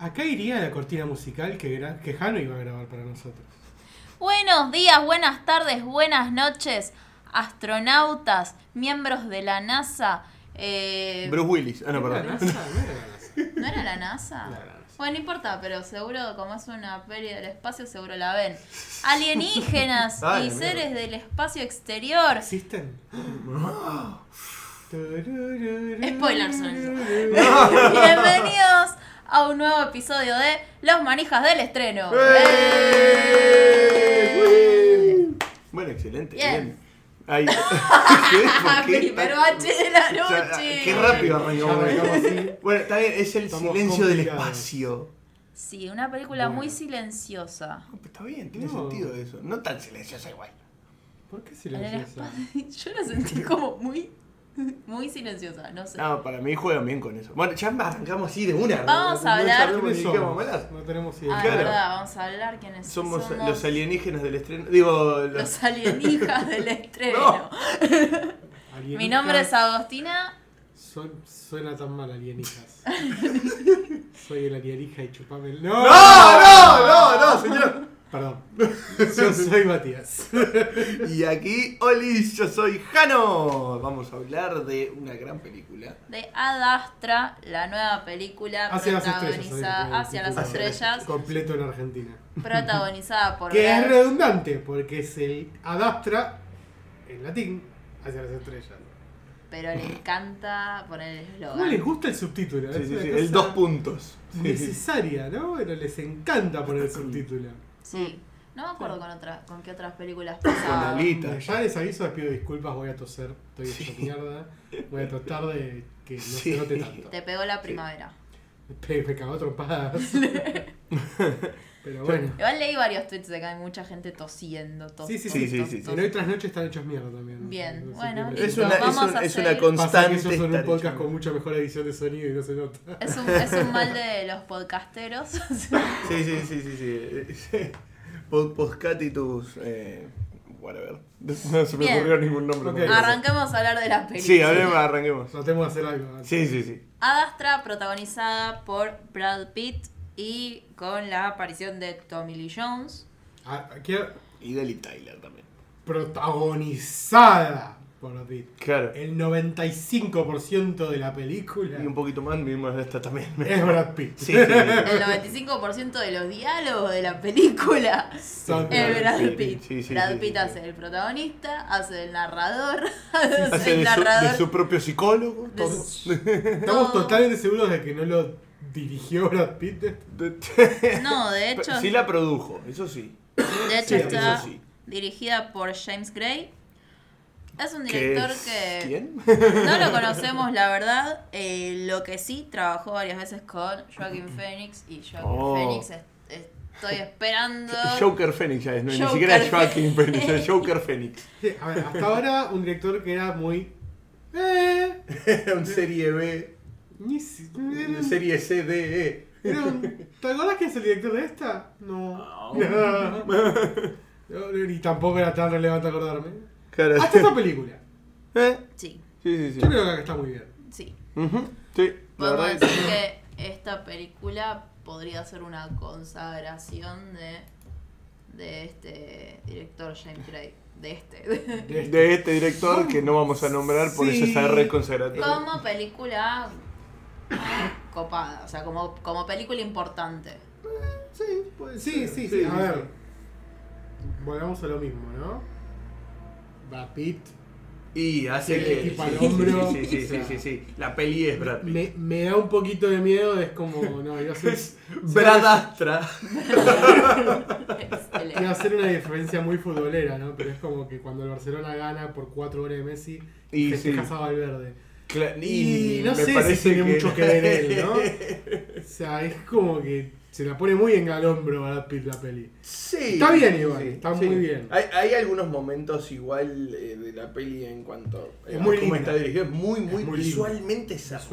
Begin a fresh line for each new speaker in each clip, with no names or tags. Acá iría la cortina musical que, gra- que Jano iba a grabar para nosotros.
Buenos días, buenas tardes, buenas noches, astronautas, miembros de la NASA. eh,
Bruce Willis. Ah, no,
¿Era
perdón.
la NASA? No era la NASA.
¿No era la NASA?
No era la NASA.
Bueno, no importa, pero seguro, como es una peli del espacio, seguro la ven. Alienígenas
Ah,
y
la
seres del espacio exterior.
¿Existen?
Spoilers son Bienvenidos a un nuevo episodio de Los Manijas del Estreno.
¡Eh! Bueno, excelente.
Bien.
Bien. Ahí. ¿Qué? ¿Por qué?
Primer bache de la
O sea,
noche.
Qué
Ya
rápido
arrancamos
arrancamos.
así.
Bueno, está bien, es el
Estamos
silencio del
complicados.
espacio.
Sí, una película
Bueno.
muy silenciosa.
No, pero está bien, tiene
No.
sentido eso. No tan silenciosa igual.
¿Por qué
En el
silenciosa?
espacio- Yo la sentí como muy, muy silenciosa, no sé.
No, para mí juegan bien con eso. Bueno, ya arrancamos así de una.
Vamos
No
a hablar-
sabemos ni
¿Quiénes
qué
somos?
mamadas.
No tenemos
Ah,
idea.
es
claro.
verdad, vamos a hablar quiénes
Somos,
somos.
los alienígenas del estreno. Digo, los-
Los alienígenas del estreno.
Alienígenas.
Mi nombre es Agostina.
Soy- Suena tan mal, alienígenas. Soy el alienígena y chupame el... ¡No!
¡No, no, no, no, señor!
Perdón. Yo soy Matías.
Y aquí, Olis, yo soy Jano. Vamos a hablar de una gran película.
De Ad Astra, la nueva película
Hacia las estrellas. ¿sabes?
protagonizada hacia las
Hacia las-
estrellas,
Completo en Argentina.
protagonizada por
Que es
Brad-
redundante, porque es el adastra en latín hacia las estrellas.
pero le encanta poner el
¿Cómo les
eslogan.
gusta el subtítulo?
Sí,
Es
sí,
una
sí,
cosa
el dos puntos.
Necesaria, ¿no? Pero les encanta poner el subtítulo.
Sí. No me acuerdo con otra, con qué otras películas
Con
pasaba.
Alita.
Bueno, Ya les aviso, les pido disculpas, voy a toser, estoy hecho mierda. Voy a tratar de que no
Sí.
se note tanto.
Te pegó la primavera.
Pe- Me cagó a trompadas. Pero bueno.
Igual leí varios tweets de que hay mucha gente tosiendo, tos,
Sí, sí,
tos,
sí,
sí,
tos,
sí, sí.
tos.
En hoy tras noche están hechos mierda también.
Bien,
No sé
bueno,
qué-
Es
Listo,
una, es
vamos
un-
a
es
hacer-
Pasa
Pasa que
una
que
constante.
ellos son un
estar
podcast
hecho.
con mucha mejor edición de sonido y no se nota.
Es un, es un mal de los podcasteros.
Sí, sí, sí, sí. sí. Eh, Pod- Postcat y tus. Eh, whatever. No se me
Bien.
ocurrió ningún nombre.
Ok.
no me acuerdo.
Arranquemos a hablar de la película.
Sí, hablemos, arranquemos.
Tratemos de hacer algo.
Sí, sí, sí.
Ad Astra, protagonizada por Brad Pitt y con la aparición de Tommy Lee Jones.
A- Ah, Aquí
Y Deli Tyler también.
protagonizada por Brad Pitt.
Claro.
El 95% de la película
Y un poquito más, mismo de esta también.
es Brad Pitt.
Sí, sí, sí.
El 95% de los diálogos de la película
Son eh,
es
Brad
Brad
Pitt.
Pitt.
Sí, sí, sí,
Brad
sí,
Pitt
sí.
hace el protagonista, hace el narrador, hace,
Hace
el
de su,
narrador.
de su propio psicólogo.
de
todo.
su-
Estamos
todo.
totalmente seguros de que no lo dirigió Brad Pitt.
No, de hecho,
Sí la produjo, eso sí.
de hecho
sí,
está
eso sí.
dirigida por James Gray. Es un
Que
director
es-
que...
¿Quién?
No lo conocemos, la verdad. Eh, lo que sí, trabajó varias veces con Joaquin Phoenix y Joaquin
Oh.
Phoenix es- estoy esperando.
Joker Phoenix ya es, no, ni
Joker
siquiera es Joaquin
Phoenix.
Phoenix, es Joker Phoenix.
Sí, a ver, hasta ahora un director que era muy... eh,
un serie B,
ni si-
una serie C, D, E.
Era un- ¿Te acordás que es el director de esta? No.
No.
No, Ni tampoco era tan relevante acordarme.
Claro.
Hasta esta película.
¿Eh?
Sí,
Sí, sí, sí.
Yo creo que está muy bien.
sí.
Ujú, Sí, la
Podemos
verdad que
decir que esta película podría ser una consagración de, de este director James Gray. De este.
De-
De este director que no vamos a nombrar por
Sí.
eso esa R consagratoria.
como película copada, o sea, como, como película importante.
Sí, puede
pues, Sí,
ser.
sí, sí. A ver. Volvamos a lo mismo, ¿no? Brad Pitt.
Y hace
El
que.
equipo al
sí, sí,
hombro.
Sí, sí, sí, sí, sí. La peli es Brad Pitt.
Me, me da un poquito de miedo, es como, no, iba a hacer,
Es Bradastra.
Este,
iba a hacer una diferencia muy futbolera, ¿no? Pero es como que cuando el Barcelona gana por 4 horas de Messi,
Y
se
sí.
casaba Valverde.
Cla-
Este Y, no
me
sé si
parece
tiene mucho que ver él, ¿no? O sea, es como que se la pone muy en el hombro Brad Pitt la peli.
Sí.
Está bien igual, está muy bien.
Hay, hay algunos momentos igual eh, de la peli en cuanto
Es
eh,
muy
a cómo
linda.
está dirigida. Es muy,
muy
muy,
linda.
visualmente es
Visualmente es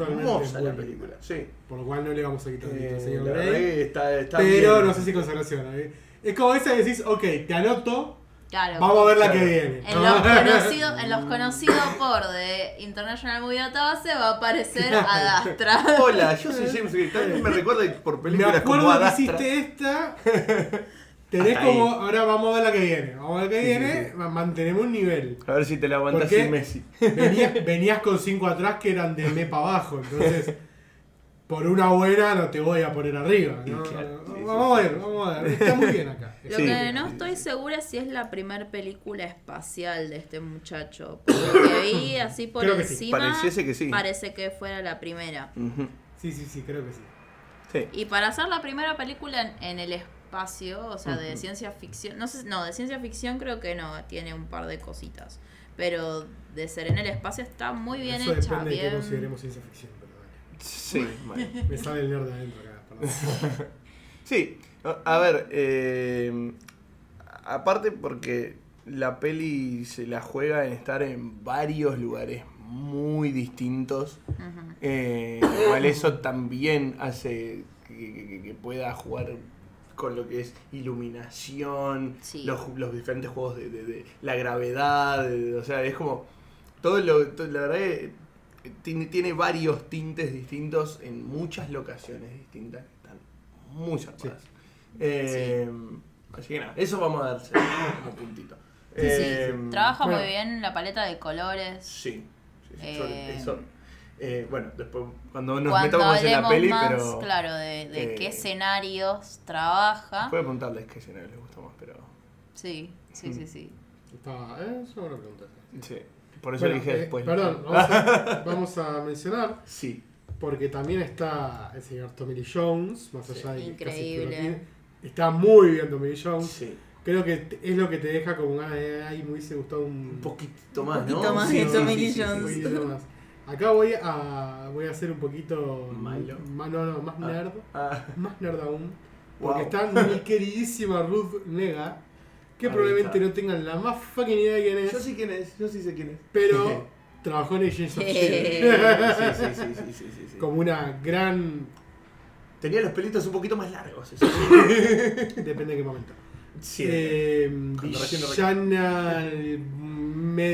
muy
hermosa la
linda.
película. Sí.
Por lo cual no le vamos a quitar mérito al
Eh,
señor
la
Grey.
verdad que está, está
Pero
bien.
no sé si consagración. ¿eh? Es como esa que decís, ok, te anoto,
Claro.
Vamos a ver la que viene.
En los, conocidos, en los conocidos por de International Movie Database va a aparecer Adastra.
Hola, yo soy James Gray. También me recuerda por
Me
películas como
acuerdo que
Adastra.
hiciste esta. Tenés
Hasta
como. Ahora vamos a ver la que viene. Vamos a ver la que
Sí, sí,
viene. ma- Mantenemos un nivel.
A ver si te la aguantas
¿Por qué?
sin Messi.
Venías, venías con cinco atrás que eran de me para abajo. Entonces, por una buena no te voy a poner arriba. ¿no?
Y claro, sí, sí.
vamos a ver, vamos a ver. Está muy bien acá.
Lo
Sí.
que no estoy segura es si es la primer película espacial de este muchacho. Por lo que vi así por
Creo que sí.
encima,
Pareciese que sí.
parece que fuera la primera.
Ujú.
Sí, sí, sí, creo que sí.
Sí.
Y para hacer la primera película en, en el espacio, o sea, de
Ujú.
ciencia ficción, no sé, no, de ciencia ficción creo que no, tiene un par de cositas. Pero de ser en el espacio está muy bien
Eso
hecha,
depende de que
bien.
consideremos ciencia ficción. Pero bueno.
Sí, bueno.
Me sale el nerd de adentro acá. perdón.
Sí, a a ver, eh, aparte porque la peli se la juega en estar en varios lugares muy distintos,
Ujú.
eh, lo cual eso también hace que, que- que pueda jugar con lo que es iluminación,
Sí.
los, ju- los diferentes juegos de, de- de la gravedad, de- de- o sea, es como todo lo, to- la verdad que eh, tiene, tiene varios tintes distintos en muchas locaciones distintas que están muy zarpadas. Eh, Así que nada, eso vamos a darse como puntito.
Sí, sí.
Eh,
Trabaja
bueno.
muy bien la paleta de colores.
Sí, sí, sí, yo-
Eh,
eso. Eh, bueno, después cuando nos
Cuando
metamos en la
hablemos
peli,
más,
pero
claro, de, de
eh,
qué escenarios trabaja.
puede preguntarles qué escenario les gusta más, pero
Sí,
Mm.
sí, sí, sí.
Está, eh, es una buena pregunta.
sí, por eso
Bueno,
lo dije
eh,
después.
Perdón, vamos a, vamos a mencionar,
Sí,
porque también está el señor Tommy Lee Jones, más
Sí.
allá de que
Increíble.
casi todo lo tiene. Está muy bien Tommy Lee Jones.
sí,
Creo que t- es lo que te deja como ganas de, ay, me hubiese gustado un,
un poquitito más,
poquito
¿no?
más
Sí,
de
sí,
Tommy
sí,
Lee
sí, sí,
un
Jones.
poquitito más. Acá voy a, voy a ser un poquito
Malo.
más, no, no, más
Ah.
nerd,
Ah,
más nerd aún,
wow.
porque está mi queridísima Ruth Nega, que
Ahí
probablemente
está.
no tengan la más fucking idea de quién es,
Eh, Yo sé quién es, yo sí sé quién es.
pero trabajó en Agents of
Eh.
S.H.I.E.L D.
sí, sí, sí, sí, sí, sí, sí.
como una gran.
Tenía los pelitos un poquito más largos. Eso.
Depende de qué momento.
Sí.
Eh,
Cuando recién lo
villana, el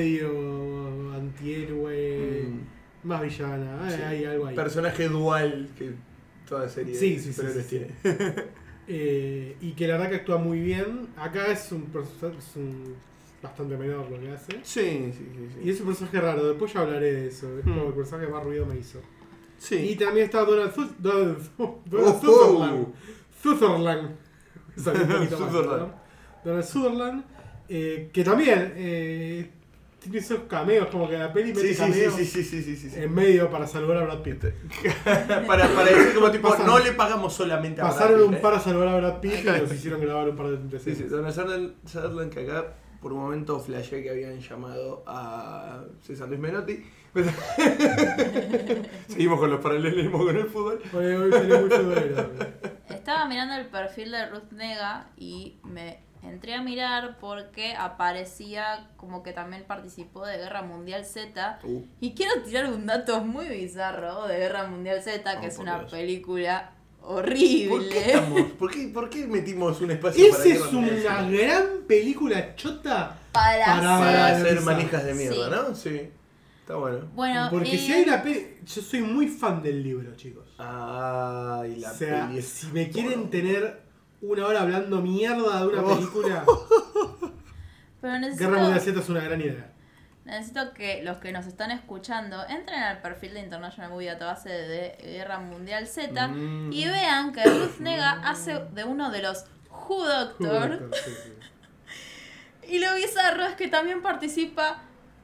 medio antihéroe,
Mm.
más villana. eh,
Sí.
Hay algo ahí.
Personaje dual que toda serie.
Sí, sí, sí,
pero
sí,
les
sí.
tiene.
Eh, y que la verdad que actúa muy bien. Acá es un personaje es un- bastante menor lo que hace.
Sí, sí, sí.
Y es un personaje raro, después ya hablaré de eso. Es como
Mm.
el personaje que más ruido me hizo.
sí.
Y también está Donald, Sutherland Donald,
Oh,
Donald Sutherland. Sutherland. Salió un poquito más,
Sutherland.
¿no? Donald Sutherland. eh, que también eh, tiene esos cameos, como que la peli mete
sí, sí, sí,
cameos
sí, sí, sí, sí, sí, sí.
en medio para salvar a Brad Pitt.
para, para decir como tipo,
Pasaron-
no le pagamos solamente a Brad
Pasaron
Pitt,
un
eh.
par a salvar a Brad Pitt y
Claro.
los hicieron grabar un par de de
Sí, sí,
escenas.
Donald Sutherland, Sutherland que acá por un momento flasheé que habían llamado a César Luis Menotti. Seguimos con los paralelismos con el fútbol.
Hoy, hoy salió muy febrero.
Estaba mirando el perfil de Ruth Nega y me entré a mirar porque aparecía como que también participó de Guerra Mundial Z.
Uh,
Y quiero tirar un dato muy bizarro de Guerra Mundial Z, que
Oh,
es
por
una
Dios.
película
¿Por qué
horrible.
estamos? ¿Por qué, por qué metimos un espacio para
Esa es
Guerra Mundial?
una gran película chota.
Para,
Para
Para
Ah,
hacer-
hacer
sí.
manijas de
Sí.
mierda, ¿no? Sí. Está bueno.
Bueno, eh,
Porque
y-
si hay una peli. Yo soy muy fan del libro, chicos.
Ay, la
o sea,
peli es
si me
porno.
quieren tener una hora hablando mierda de una
Oh.
película,
Pero
Guerra Mundial
necesito,
Z es una gran idea.
necesito que los que nos están escuchando entren al perfil de International Movie Database de Guerra Mundial Z
Mm.
y vean que Ruth Nega hace de uno de los Who Doctor.
Doctor, sí, sí.
Y lo bizarro es que también participa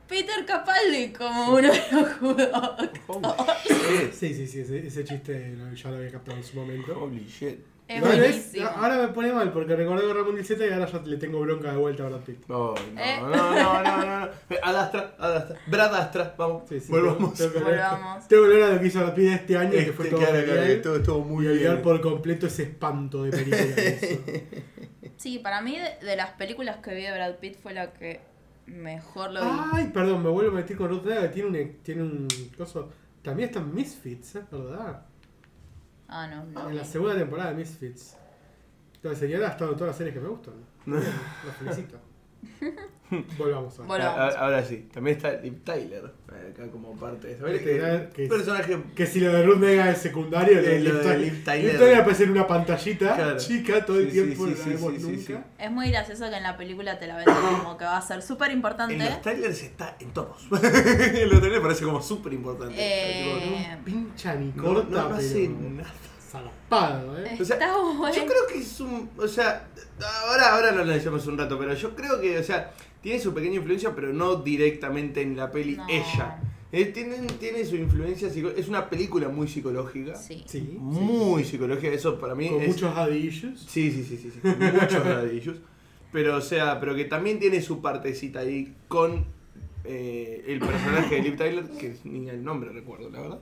Peter Capaldi como uno de los Who Doctor.
Holy shit.
Sí, sí, sí, ese, ese chiste lo- ya lo había captado en su momento.
Holy shit.
Es
Igual, ¿ves?
buenísimo.
Ahora me pone mal porque recordé Guerra Mundial Z y ahora ya le tengo bronca de vuelta a Brad Pitt.
No, no,
Eh.
no, no, no, no, no. Adastra, adastra. Bradastra, vamos.
Sí, sí,
Volvamos.
Tengo, tengo que volver-
Volvamos.
tengo que volver a lo que hizo Brad Pitt este año, que
Este,
fue
claro,
todo.
claro,
genial,
estuvo, estuvo muy
y olvidar
bien.
por completo ese espanto de película. que hizo.
Sí, para mí de, de las películas que vi de Brad Pitt fue la que mejor lo vi.
Ah.
Ay, perdón, me vuelvo a meter con Ruth Negga, que tiene un, eh, tiene un coso. También están Misfits, es verdad.
Ah, no, no.
En la segunda temporada de Misfits. Entonces, señora ha estado en todas las series que me gustan. Los felicito. Volvamos a.
Bueno.
Ah, ah, Ahora sí, también está Liv Tyler eh, acá como parte de eso.
Este,
Este,
que-
personaje
Que si lo de Ruth Mega es secundario, lo de
Eh,
Liv
lo de
Tyler.
Liv
Liv
Tyler.
Tyler aparece en una pantallita
Claro.
chica todo el
Sí, sí,
tiempo,
sí,
no la
sí,
vemos
sí, sí,
nunca.
sí.
Es muy gracioso que en la película te la venden como que va a ser súper
en los
importante.
trailers está en todos. en los trailers parece como súper importante.
Eh,
Pincha ni
No,
corta,
no, no hace
pero
nada.
zarpado, eh.
o sea,
Está bueno.
Yo creo que es un. O sea, ahora, ahora lo analizamos un rato, pero yo creo que, o sea, tiene su pequeña influencia, pero no directamente en la peli
No.
ella. Eh, tiene, tiene su influencia, psico- es una película muy psicológica.
Sí.
Sí, sí.
Muy psicológica, eso para mí
Con
es.
muchos daddy issues.
Sí, sí, sí, sí, sí, con muchos dadillos. Pero, o sea, pero que también tiene su partecita ahí con eh, el personaje de Liv Tyler, que es niña el nombre, recuerdo, la verdad.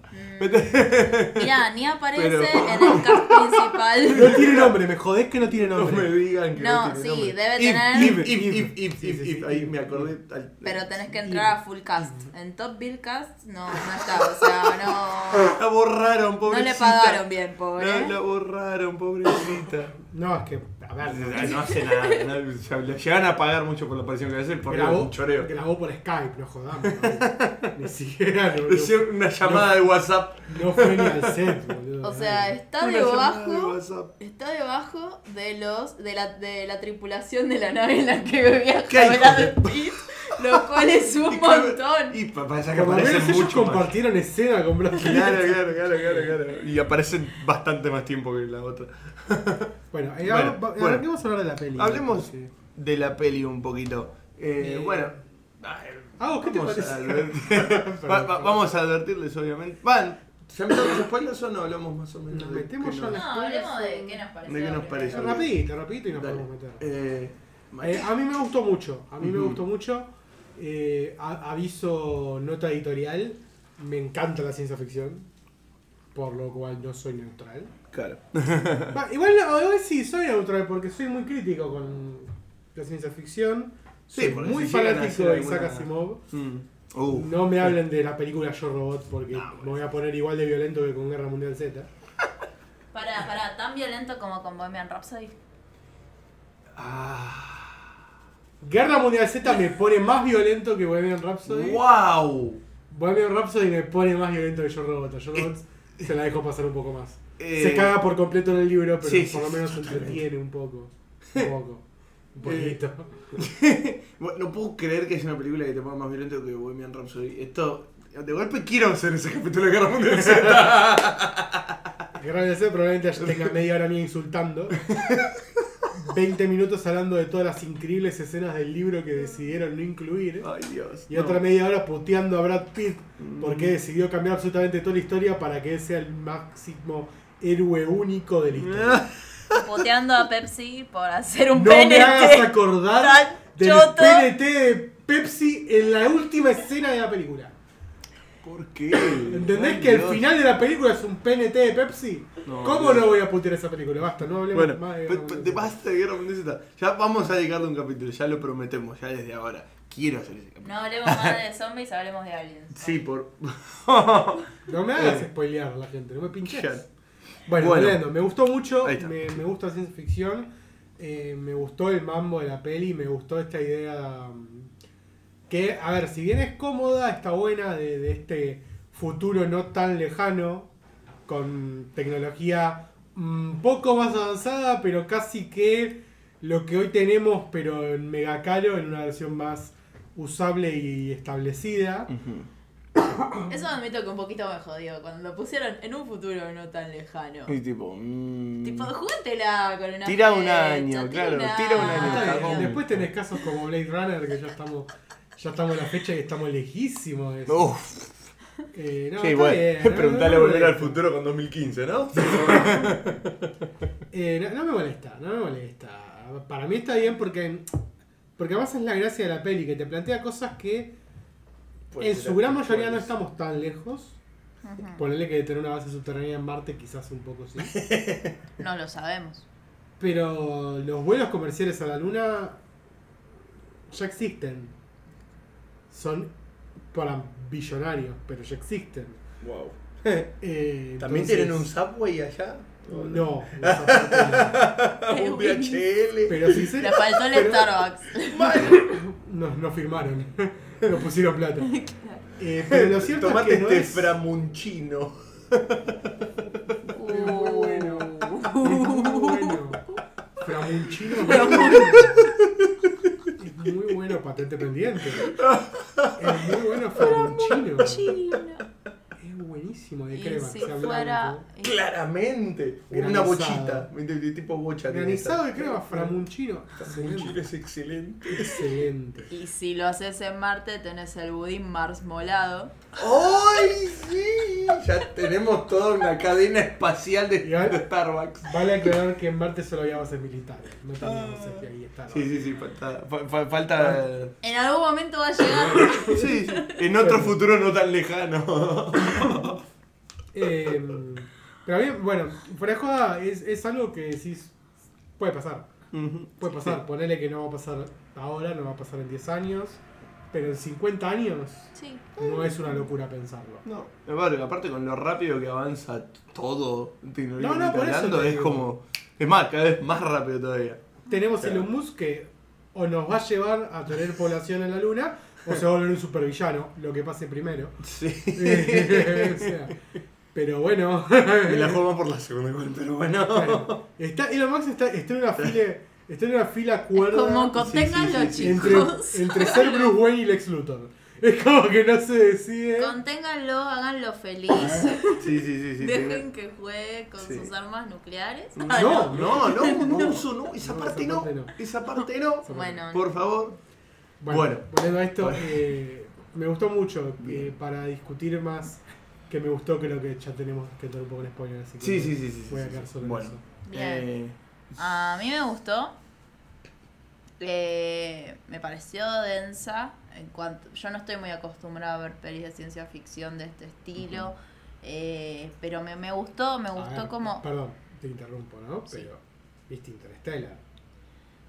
Mm. Mirá, ni aparece
Pero-
en el cast
No
principal.
tiene nombre, me jodés que no tiene
No me
nombre.
digan que
No,
tiene
sí,
nombre.
debe
If,
tener-
if, if, if, if,
Sí, sí,
if,
sí.
ahí me acordé. al-
Pero tenés que entrar a full cast. En Top Bill Cast no, no está. O sea, no.
La borraron,
No
pobrecita.
le pagaron bien, pobre. ¿eh?
La, la borraron, pobrecita.
No, es que, a ver, no.
Ah, No hace nada. no, o sea, le llegan a pagar mucho por la aparición que hace porque era
grabó,
un choreo.
grabó por Skype, no jodamos. ¿no? Ni siquiera, no,
Le hicieron
no,
Una llamada de WhatsApp.
no fue ni al set, boludo.
O sea,
dale.
está
Una llamada de
debajo.
WhatsApp.
Está debajo de los de la, de la tripulación de la nave en la que viaja
¿Qué hijo
Brad Pitt, lo cual es un
Y que-
montón.
Y pa- pasa que
Por lo menos
aparecen
ellos
mucho más.
compartieron escena con Brad Pitt.
Claro, claro, claro, claro, claro. Y aparecen bastante más tiempo que la otra.
Bueno, eh,
Bueno,
ahora va-
bueno.
arranquemos a hablar de la peli.
Hablemos
Sí.
de la peli un poquito. Eh,
Eh,
bueno.
Ah, ¿vos qué te
vamos
parece?
a advertir- Va- va- vamos a advertirles, obviamente. Van, ¿se han metido los spoilers o no hablamos más o menos?
Nos
de
metemos
qué
ya
nos-
la- hablemos de qué
nos
pareció ¿De qué nos primero. pareció?
Eh, Rapidito, rapidito y nos
Dale.
podemos meter.
Eh,
Eh, a mí me gustó mucho, a mí me
Ujú.
gustó mucho. Eh, a- aviso nota editorial, me encanta la ciencia ficción, por lo cual no soy neutral.
claro.
Va, igual, no, igual sí, soy neutral porque soy muy crítico con la ciencia ficción.
Sí,
Soy
porque
muy
si llegan a
fanático
hacer
de Isaac
alguna-
Asimov.
Mm. Uh,
No me hablen de la película Yo Robot porque
No, bueno.
me voy a poner igual de violento que con Guerra Mundial Z.
Pará, pará, tan violento como con Bohemian Rhapsody.
Ah,
Guerra Mundial Z me pone más violento que Bohemian Rhapsody.
¡Wow!
Bohemian Rhapsody me pone más violento que Yo Robot. A Yo Robot se la dejo pasar un poco más.
Eh,
se caga por completo en el libro, pero
sí, sí,
por lo
sí,
menos se
totalmente. Eh,
entretiene un poco. Un poco. Un poquito.
Bueno, no puedo creer que es una película que te ponga más violento que Bohemian Rhapsody. Esto, de golpe quiero hacer ese capítulo de Guerra Mundial Z.
Guerra Mundial Z eh, probablemente ya tenga media hora mía insultando. 20 minutos hablando de todas las increíbles escenas del libro que decidieron no incluir.
Ay, Dios.
Y
no. Mm.
otra media hora puteando a Brad Pitt porque decidió cambiar absolutamente toda la historia para que él sea el máximo héroe único de la historia.
Puteando a Pepsi por
Mm.
hacer un
No me hagas
PNT.
acordar
tan
del
choto.
PNT de Pepsi en la última escena de la película.
¿Por qué?
¿Entendés
Ay,
que el
Dios.
final de la película es un PNT de Pepsi?
No,
¿Cómo
Dios.
no voy a putear esa película? Basta, no hablemos
Bueno,
más de
pe- pe- de basta de Guerra Mundial Z. Ya vamos a dedicarle un capítulo, ya lo prometemos, ya desde ahora. Quiero hacer ese capítulo.
No hablemos más de zombies, hablemos de aliens.
Sí, por.
No me hagas
Eh.
spoilear a la gente, no me pinches.
Ya.
Bueno,
Bueno.
volviendo, me gustó mucho,
Ahí está.
me, me gusta la ciencia ficción, eh, me gustó el mambo de la peli, me gustó esta idea mm, que, a ver, si bien es cómoda, está buena de, de este futuro no tan lejano, con tecnología un poco más avanzada, pero casi que lo que hoy tenemos, pero en mega caro, en una versión más usable y establecida.
Eso admito que un poquito me jodió cuando lo pusieron en un futuro no tan lejano.
Y tipo. mm,
Tipo, júgatela con una.
Tira un
fecha,
año, claro, tira un año,
Está bien,
cagón.
Después tenés casos como Blade Runner, que ya estamos, ya estamos en la fecha y estamos lejísimos de eso.
Uf,
Eh, no,
sí,
está
bueno.
bien, no,
Preguntale
no me
a volver al
molesta.
futuro con 2015, ¿no?
Eh, no, no me molesta, no me molesta. Para mí está bien porque, porque además es la gracia de la peli, que te plantea cosas que
Puede
en
ser
su gran
actuales.
mayoría no estamos tan lejos.
Ujú.
Ponerle que tener una base subterránea en Marte quizás un poco sí.
No lo sabemos.
Pero los vuelos comerciales a la luna ya existen. Son para billonarios, pero ya existen.
Wow.
Eh,
¿También
entonces-
tienen un subway allá?
No, los zapatos
un VHL.
no. Pero
Le
sinceramente
faltó el
Pero-
Starbucks.
Mal.
nos no firmaron. Nos pusieron plata. Eh, pero lo cierto
Tomate
es que no
este
es-
framunchino.
Es
Uh.
muy bueno. Es muy bueno. Framunchino. es
Pero-
muy bueno. Es muy bueno, patente pendiente. Es muy bueno Framunchino.
Chino.
Es buenísimo de
Y
crema.
si
que sea
fuera.
blanco.
Claramente. Una
Granizado.
bochita. de- de Tipo bocha. tiene
Granizado de
esta.
crema, Framunchino.
Framunchino
Excelente.
es excelente.
Excelente.
Y si lo haces en Marte, tenés el budín Mars molado.
¡Ay, sí! Ya tenemos toda una cadena espacial de,
Y ahora-
de Starbucks.
Vale aclarar que en Marte solo había bases militares. No teníamos este ahí está.
Sí, sí, sí, falta. fa- fa-
¿Ah?
falta
En algún momento va a llegar.
sí, sí, en otro futuro no tan lejano.
Eh, pero bien, bueno, fuera de joda, es, es algo que decís, puede pasar. Puede pasar. Ponele que no va a pasar ahora, no va a pasar en 10 años. Pero en 50 años
Sí.
no es una locura pensarlo.
No, aparte, aparte con lo rápido que avanza todo tecnológicamente
No, no, por eso
hablando,
te
es
digo.
como. Es más, cada vez más rápido todavía.
Tenemos
Claro.
Elon Musk que o nos va a llevar a tener población en la luna o se va a volver un supervillano, lo que pase primero. O
Sí.
sea, pero bueno.
Me la juego más por la segunda igual, pero bueno.
Claro. Está, Elon Musk está, está en una fila, está en una fila cuerda.
Como
Sí,
conténganlo,
sí, sí, sí.
entre,
chicos.
entre ser Bruce Wayne y Lex Luthor. Es como que no se decide.
Conténganlo, háganlo feliz.
Ah, Sí, sí, sí, sí.
Dejen
tenés-
que juegue con
Sí.
sus armas nucleares. Ah,
No, no, no, no, eso no, esa
No,
parte
esa
no,
parte no.
esa parte no,
Bueno,
por favor.
Bueno,
Bueno.
volviendo a esto,
Bueno.
eh, me gustó mucho eh,
Bien.
para discutir más. Que me gustó, creo que ya tenemos que tener un poco de spoiler. Así que
Sí,
no
sí, sí, sí, sí,
Voy a
sí,
quedar
sí.
solo en
Bueno.
eso.
bien.
Eh,
A mí me gustó. Eh, me pareció densa. En cuanto, yo no estoy muy acostumbrada a ver pelis de ciencia ficción de este estilo. eh, pero me, me gustó, me
A
gustó
ver,
como.
Perdón, te interrumpo, ¿no?
Sí.
Pero, viste, Interstellar.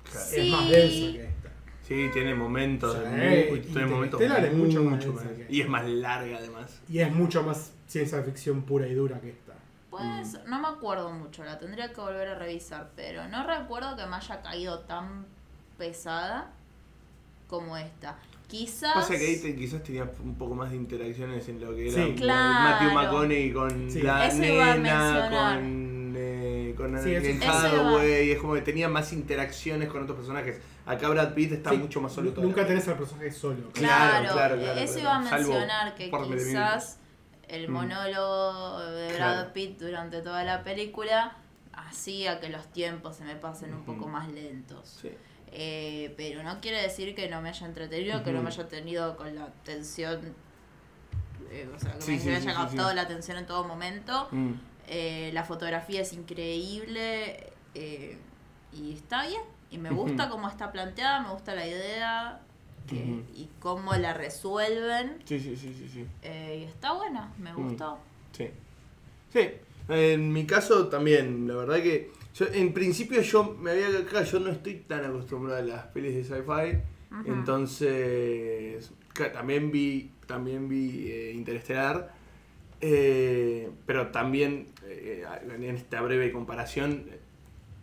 claro.
Sí.
Es más denso que esta.
Sí, tiene momentos.
Sí,
muy- tiene momentos
Interestelar es mucho más
mucho
densa
más-
que-
Y es más larga además.
Y es mucho más ciencia ficción pura y dura que esta.
Mm.
Pues no me acuerdo mucho, la tendría que volver a revisar, pero no recuerdo que me haya caído tan pesada como esta. Quizás.
Pasa que ahí te- quizás tenía un poco más de interacciones en lo que era
Sí.
Claro.
Matthew McConaughey con
Sí.
la
Eso iba a
nena,
mencionar.
con, eh, con
Sí, eso-
Anne
Eso iba.
Hathaway. Es como que tenía más interacciones con otros personajes. Acá Brad Pitt está
Sí,
mucho más solo. toda la
Nunca tenés al personaje solo.
Claro, e-,
Claro, claro, claro,
eso
claro.
iba a
Salvo
mencionar que
por Medio
quizás el
Mm.
monólogo de Brad
Claro.
Pitt durante toda la película hacía que los tiempos se me pasen un poco
Ujú.
más lentos.
Sí.
Eh, pero no quiere decir que no me haya entretenido, que no me
Ujú.
haya tenido con la atención, eh, o sea, que
Sí,
me
sí,
haya
sí, sí,
captado
sí.
la atención en todo momento.
Mm.
Eh, la fotografía es increíble eh, y está bien. Y me
Ujú.
gusta cómo está planteada, me gusta la idea que-
Ujú.
y cómo la resuelven.
Sí, sí, sí, sí, sí.
eh, y está buena, me
Mm.
gustó.
Sí. Sí. En mi caso también, la verdad que yo, en principio yo me había acá, yo no estoy tan acostumbrado a las pelis de sci-fi,
Ujú.
entonces ca- también vi también vi eh, Interestelar, eh, pero también eh, en esta breve comparación eh,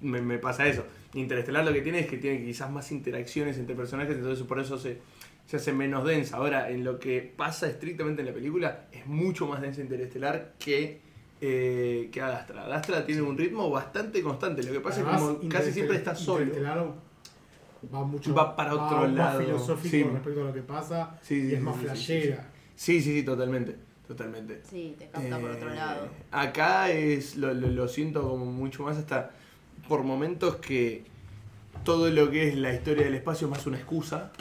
me, me pasa eso. Interestelar lo que tiene es que tiene quizás más interacciones entre personajes, entonces por eso se, se hace menos densa. Ahora, en lo que pasa estrictamente en la película, es mucho más densa Interestelar que, eh, que Adastra. Adastra tiene un ritmo bastante constante, lo que pasa
Además,
es como casi
Interestelar-
siempre está solo.
Interestelar va mucho
Va para otro lado,
más filosófico
sí.
respecto a lo que pasa
Sí, sí,
y es
sí,
más
sí, sí,
flashera.
Sí, sí, sí, totalmente. Totalmente.
Sí, te capta por otro
Eh,
lado.
Acá es lo, lo- lo siento como mucho más hasta por momentos que todo lo que es la historia del espacio es más una excusa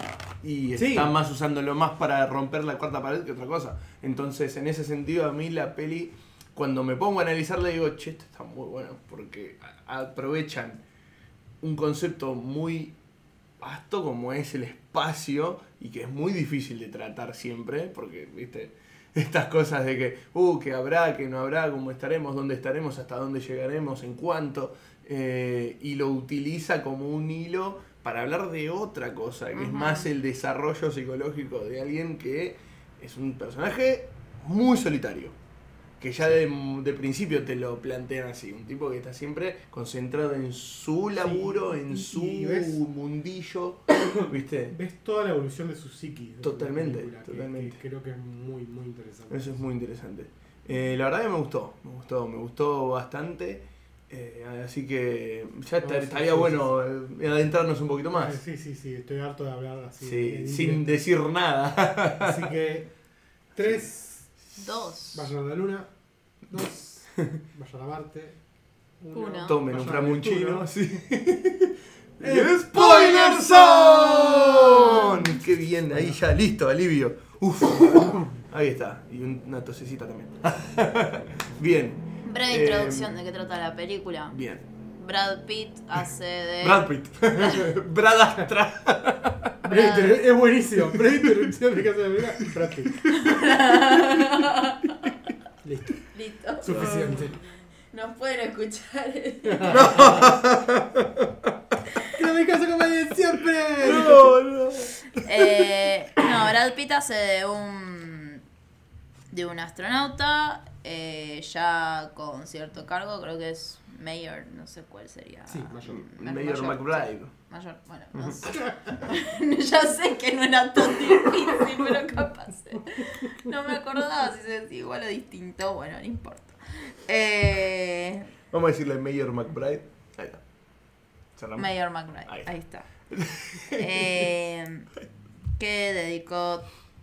y
Sí.
está más usándolo más para romper la cuarta pared que otra cosa. Entonces, en ese sentido, a mí la peli, cuando me pongo a analizarla, digo, che, esto está muy bueno porque a- aprovechan un concepto muy vasto como es el espacio y que es muy difícil de tratar siempre, porque, viste, estas cosas de que, uh, que habrá, que no habrá, cómo estaremos, dónde estaremos, hasta dónde llegaremos, en cuánto, eh, y lo utiliza como un hilo para hablar de otra cosa, que es
Ujú.
más el desarrollo psicológico de alguien que es un personaje muy solitario que ya de, de principio te lo plantean así, un tipo que está siempre concentrado en su laburo, en
y-
su
y ves-
mundillo, ¿viste?
Ves toda la evolución de su psiqui. de la
Totalmente,
película, que-
totalmente.
que creo que es muy, muy interesante.
Eso es muy interesante. Eh, la verdad que me gustó, me gustó, me gustó bastante. eh, así que ya
No,
está-
sí,
estaría
sí,
bueno eh, adentrarnos un poquito
Ah,
más.
Sí, sí, sí, estoy harto de hablar así.
Sí,
en
sin
inglés.
decir nada.
Así que. Tres.
Dos.
Vayan a la luna. Dos. Vayan a Marte.
Uno.
Tomen un
vayan a Neptuno.
framuchino, sí.
¡Spoiler
¡Eh! ¡Spoiler Zone! ¡Qué bien! Ahí ya, listo, alivio. Uf. Ahí está. Y un- una tosecita también. bien,
Breve
Eh,
introducción de qué trata la película.
bien.
Brad Pitt hace de.
Brad Pitt. Brad Astra.
Breve
Brad-
interru- Es buenísimo. Breve interrupción de casa de la luna. Brad Pitt. Listo.
Listo.
Suficiente.
Nos pueden escuchar.
¡Que no me caso con María de siempre!
No, no.
Eh, no, Brad Pitt hace de un. de un astronauta. eh, ya con cierto cargo, creo que es mayor, no sé cuál sería. Mm,
Sí, mayor.
Mayor McBride.
Mayor, bueno, no sé. ya sé que no era tan difícil, pero capaz. eh. No me acordaba si es igual o distinto, bueno, no importa. Eh,
Vamos a decirle Mayor McBride. Ahí está. Cerramos.
Mayor McBride,
Ahí
ahí
está.
está. Eh, que dedicó,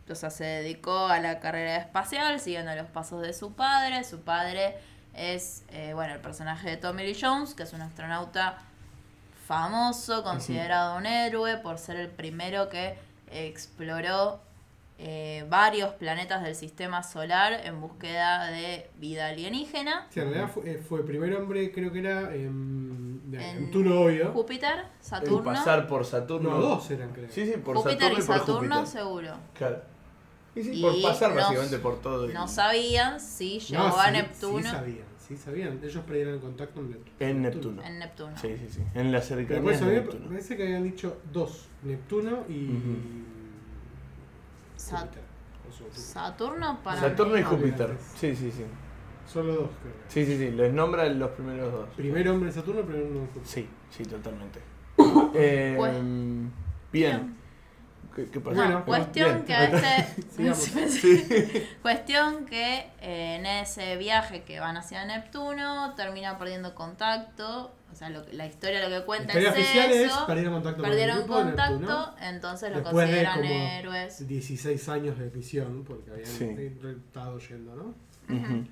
o sea, se dedicó a la carrera espacial, siguiendo los pasos de su padre. Su padre es, eh, bueno, el personaje de Tommy Lee Jones, que es un astronauta famoso, considerado un héroe por ser el primero que exploró eh, varios planetas del sistema solar en búsqueda de vida alienígena.
Sí, en realidad fue, eh, fue el primer hombre, creo que era. En,
En-
en Tuno Obvio.
Júpiter,
El
Saturno.
pasar por Saturno.
No, dos eran, creo.
Sí, sí, por
Júpiter y
Saturno y por
Saturno,
Júpiter.
seguro.
Claro. Y sí,
Y
por pasar
nos-
básicamente por todo. el-
No sabían si llegó
No,
a
sí, Sí
Neptuno.
sabían, sí sabían. Ellos perdieron el contacto en Neptuno.
En Neptuno.
en Neptuno.
Sí, sí, sí. En la
Pero
cercanía
por
de
eso a mí me
Neptuno.
parece que habían dicho dos: Neptuno y.
Sat-
Júpiter, o sea, Júpiter.
Saturno para
Saturno
mí.
y Júpiter.
Adelante.
Sí, sí, sí.
Solo dos, creo. que
Sí, sí, sí. Les nombra los primeros dos.
era. Primer hombre de Saturno, primer hombre de Júpiter.
Sí, sí, totalmente. Eh,
Pues-
bien. ¿Qué, qué pasa?
No,
Bueno,
cuestión
bien.
que a este
Sigamos.
cuestión que eh, en ese viaje que van hacia Neptuno termina perdiendo contacto, o sea, lo que- la historia lo que
La
cuenta
historia
es
oficial es:
eso.
perdieron contacto
perdieron
con el grupo de
contacto,
Neptuno.
entonces lo
Después de
consideran
como-
héroes.
16 años de prisión, porque habían
Sí.
re- estado yendo, ¿no?
Ujú.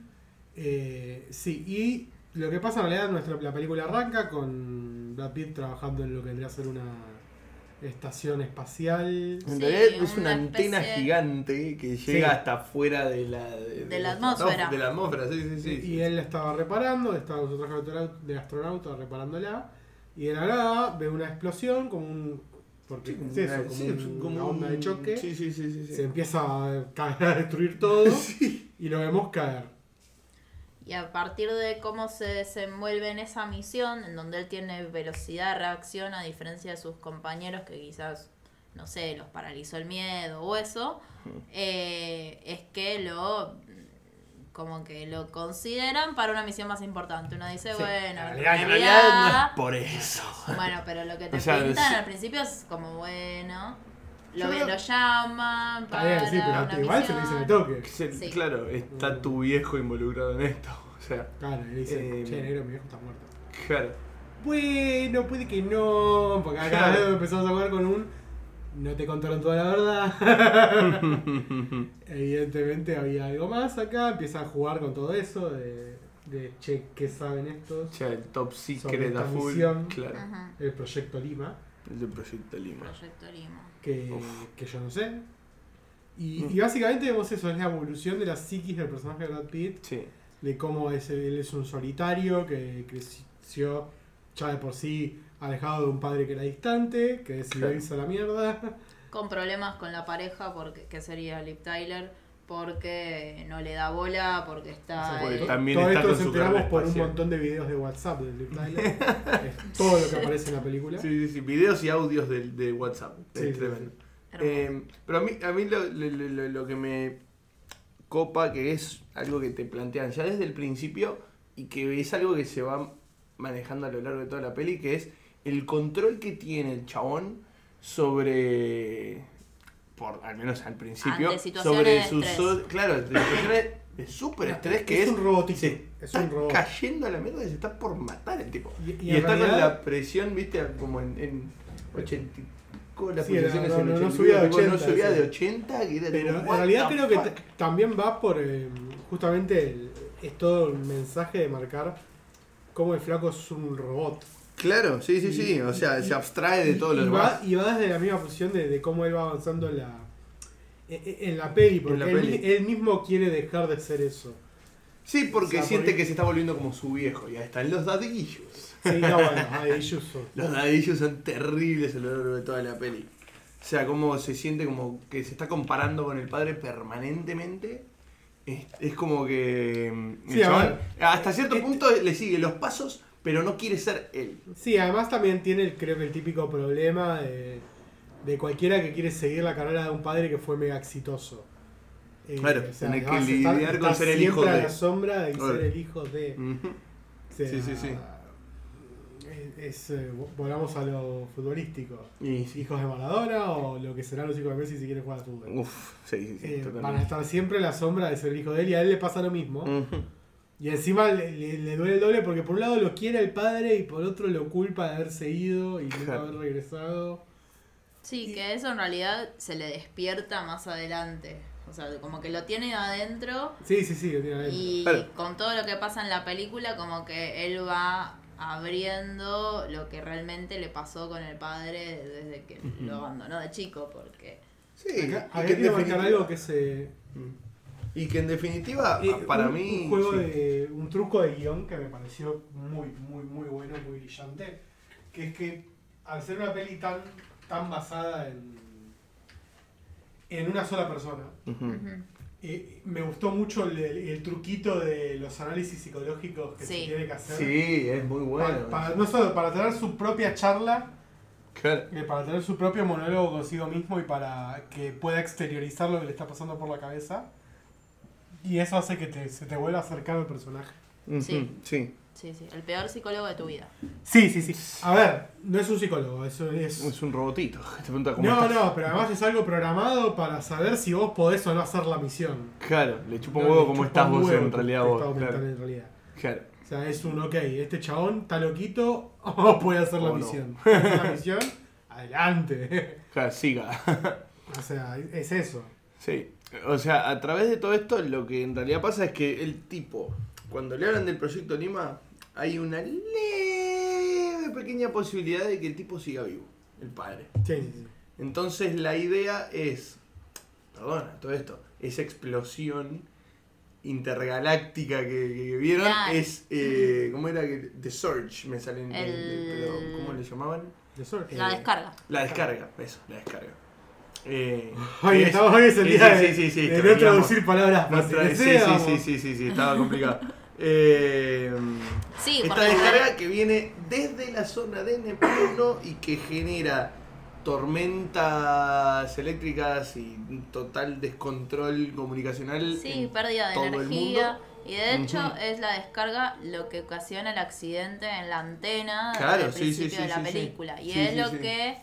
Eh, sí, y lo que pasa en realidad, nuestra, la película arranca con Brad Pitt trabajando en lo que vendría a ser una estación espacial.
En
Sí,
realidad es
una
una antena
especie-
gigante que llega
Sí.
hasta fuera de la, de,
De la atmósfera.
De la atmósfera, sí, sí, sí.
y
sí.
él la estaba reparando, estaba con su traje de astronauta- de astronauta reparándola. Y de la nada ve una explosión, como un. Porque es
Sí,
eso, como,
sí, es
un-
como
una onda de
un-
choque.
Sí, sí, sí, sí. sí.
Se empieza a, caer, a destruir todo y lo vemos caer.
Y a partir de cómo se desenvuelve en esa misión, en donde él tiene velocidad de reacción a diferencia de sus compañeros que quizás, no sé, los paralizó el miedo o eso, eh, es que lo como que lo consideran para una misión más importante. Uno dice,
Sí,
bueno,
en
en
realidad-
realidad,
En realidad no es por eso.
bueno, pero lo que te
O sea,
pintan
sí.
al principio es como bueno,
Yo
lo,
creo-
lo llaman
Está
para
bien, sí, pero
una
igual se
misión.
le dice en el toque.
Que se-
Sí.
Claro, está tu viejo involucrado en esto. O sea,
Claro, le dice,
Eh,
che, negro, mi viejo está muerto.
claro.
Bueno, puede que no, porque acá
Claro.
empezamos a jugar con un. No te contaron toda la verdad. Evidentemente había algo más acá. Empieza a jugar con todo eso de, de che, ¿qué saben
O
estos?
sea, el top
Sobre
secret
esta
a full.
misión.
Claro.
Ajá,
El proyecto Lima,
El de Proyecto Lima.
Proyecto Lima.
que,
Uf.
que yo no sé. Y,
Mm.
y básicamente vemos eso: es la evolución de la psiquis del personaje de Brad Pitt,
Sí.
de cómo es, él es un solitario que creció ya de por sí alejado de un padre que era distante, que decidió
Claro.
irse a la mierda.
con problemas con la pareja, porque que sería Lip Tyler, porque no le da bola, porque
O
está...
sea,
Porque
eh,
to-
también
todo
está
esto
con
nos
su
enteramos
carrera
por un
espacial.
montón de videos de WhatsApp de Liv Tyler. es todo lo que aparece en la película.
Sí, sí, sí. Videos y audios de, de WhatsApp.
Sí,
Es
sí,
tremendo. Em,
hermoso.
Eh, pero a mí, a mí lo, lo- lo- lo- lo que me copa, que es algo que te plantean ya desde el principio y que es algo que se va manejando a lo largo de toda la peli, que es el control que tiene el chabón sobre, por al menos al principio,
Ante situaciones
sobre
de
su
estrés.
so- claro, de situaciones de super estrés que es,
un robotito.
se
Es
está
un robot.
cayendo a la mierda y se está por matar el tipo.
Y-
Y,
y en
está con
realidad-
la presión, viste, como en, en 80 con las
Sí,
pulsaciones
no,
en
no,
80,
no subía de
tipo, no
80,
subía
sí.
de 80, que era
Pero
tipo,
en
what
realidad
the
creo que
fuck.
t- también va por eh, justamente el- es todo un mensaje de marcar cómo el flaco es un robot.
Claro, sí, sí, sí. O sea,
Y-
se abstrae de todo
y,
lo
y
demás.
va, y va desde la misma posición de, de cómo él va avanzando en la, en- en la peli, porque
la
él,
peli.
mi- él mismo quiere dejar de ser eso.
Sí, porque
O sea,
siente
porque-
que se está volviendo como su viejo. Y ahí están los dadillos.
Sí, no, bueno, ay, Yuso.
Los dadillos son terribles a lo largo de toda la peli. O sea, cómo se siente como que se está comparando con el padre permanentemente. Es, es como que. mm, el
Sí, a
chabón,
ver.
hasta cierto
Este-
punto le sigue los pasos, pero no quiere ser él.
Sí, además también tiene el, creo que el típico problema de, de cualquiera que quiere seguir la carrera de un padre que fue mega exitoso. Eh,
Claro, tenés que
vas a estar-
lidiar con
estás
ser el
siempre
hijo
a
de.
la sombra y
Claro.
ser el hijo de.
Ujú.
O sea,
Sí, sí, sí.
es- es, eh, volamos a lo futbolístico.
Y sí.
Hijos de Maradona o lo que serán los hijos de Messi si quieren jugar al fútbol.
Uf, sí, sí, sí.
Eh, van a
totalmente.
estar siempre a la sombra de ser el hijo de él y a él le pasa lo mismo.
Ujú.
Y encima le, le- le duele el doble porque por un lado lo quiere el padre y por otro lo culpa de haberse ido y de no
Claro.
haber regresado.
Sí, que eso en realidad se le despierta más adelante. O sea, como que lo tiene adentro
Sí, sí, sí, lo tiene adentro.
y
Claro.
con todo lo que pasa en la película, como que él va abriendo lo que realmente le pasó con el padre desde que
Ujú.
lo abandonó de chico, porque...
Sí,
Acá,
y
acá
que en
quiero marcar
definitiva- Mm.
algo que se.
Y que en definitiva,
eh,
Ah, para
un-
mí.
Un juego
sí.
de. Un truco de guión que me pareció muy, muy, muy bueno, muy brillante. Que es que al ser una peli tan, tan basada en. en una sola persona.
Ujú.
Ujú.
eh, me gustó mucho el, el truquito de los análisis psicológicos que
Sí.
se tiene que hacer.
Sí, es muy bueno.
Para- para- no solo para tener su propia charla,
Claro.
eh, para tener su propio monólogo consigo mismo y para que pueda exteriorizar lo que le está pasando por la cabeza. Y eso hace que te- se te vuelva cercano al personaje.
Ujú,
Sí.
sí.
Sí, sí, el peor psicólogo de tu vida.
Sí, sí, sí. A ver, no es un psicólogo, eso es.
Es un robotito. que Te pregunta cómo
No,
estás.
no, pero además es algo programado para saber si vos podés o no hacer la misión.
Claro, le chupa un
No,
huevo
le
como
chupa
estás
un
vos
huevo
en
tu
realidad
estado
vos.
mental
Claro.
en realidad.
claro.
O sea, es un ok, este chabón está loquito o puede hacer la
O Oh, no.
misión. ¿Hace la misión? Adelante.
Claro, siga.
O sea, es eso.
Sí. O sea, a través de todo esto, lo que en realidad pasa es que el tipo, cuando le hablan del proyecto Lima, hay una leve pequeña posibilidad de que el tipo siga vivo, el padre.
Sí, sí, sí.
Entonces la idea es, perdona, todo esto, esa explosión intergaláctica que, que vieron
Claro.
es, eh, ¿cómo era? que The Surge, me salen,
El-
¿cómo le llamaban?
The Search.
La
Eh,
descarga.
La descarga, eso, la descarga. Eh,
Hoy,
es-
estamos, hoy es el
sí,
día
sí,
de,
sí, sí,
de no
terminamos.
traducir palabras
No tra-
fáciles.
sí,
¿eh?
sí,
Vamos.
sí, sí, sí, sí, estaba complicado. Eh,
Sí,
esta
porque...
descarga que viene desde la zona de Neptuno y que genera tormentas eléctricas y un total descontrol comunicacional.
Sí,
en
pérdida
todo
de
el
energía.
mundo.
Y de hecho
Ujú.
es la descarga lo que ocasiona el accidente en la antena
Claro,
al
sí,
principio
sí, sí,
de la
sí, sí.
película. Y
Sí,
es
sí,
lo
sí.
que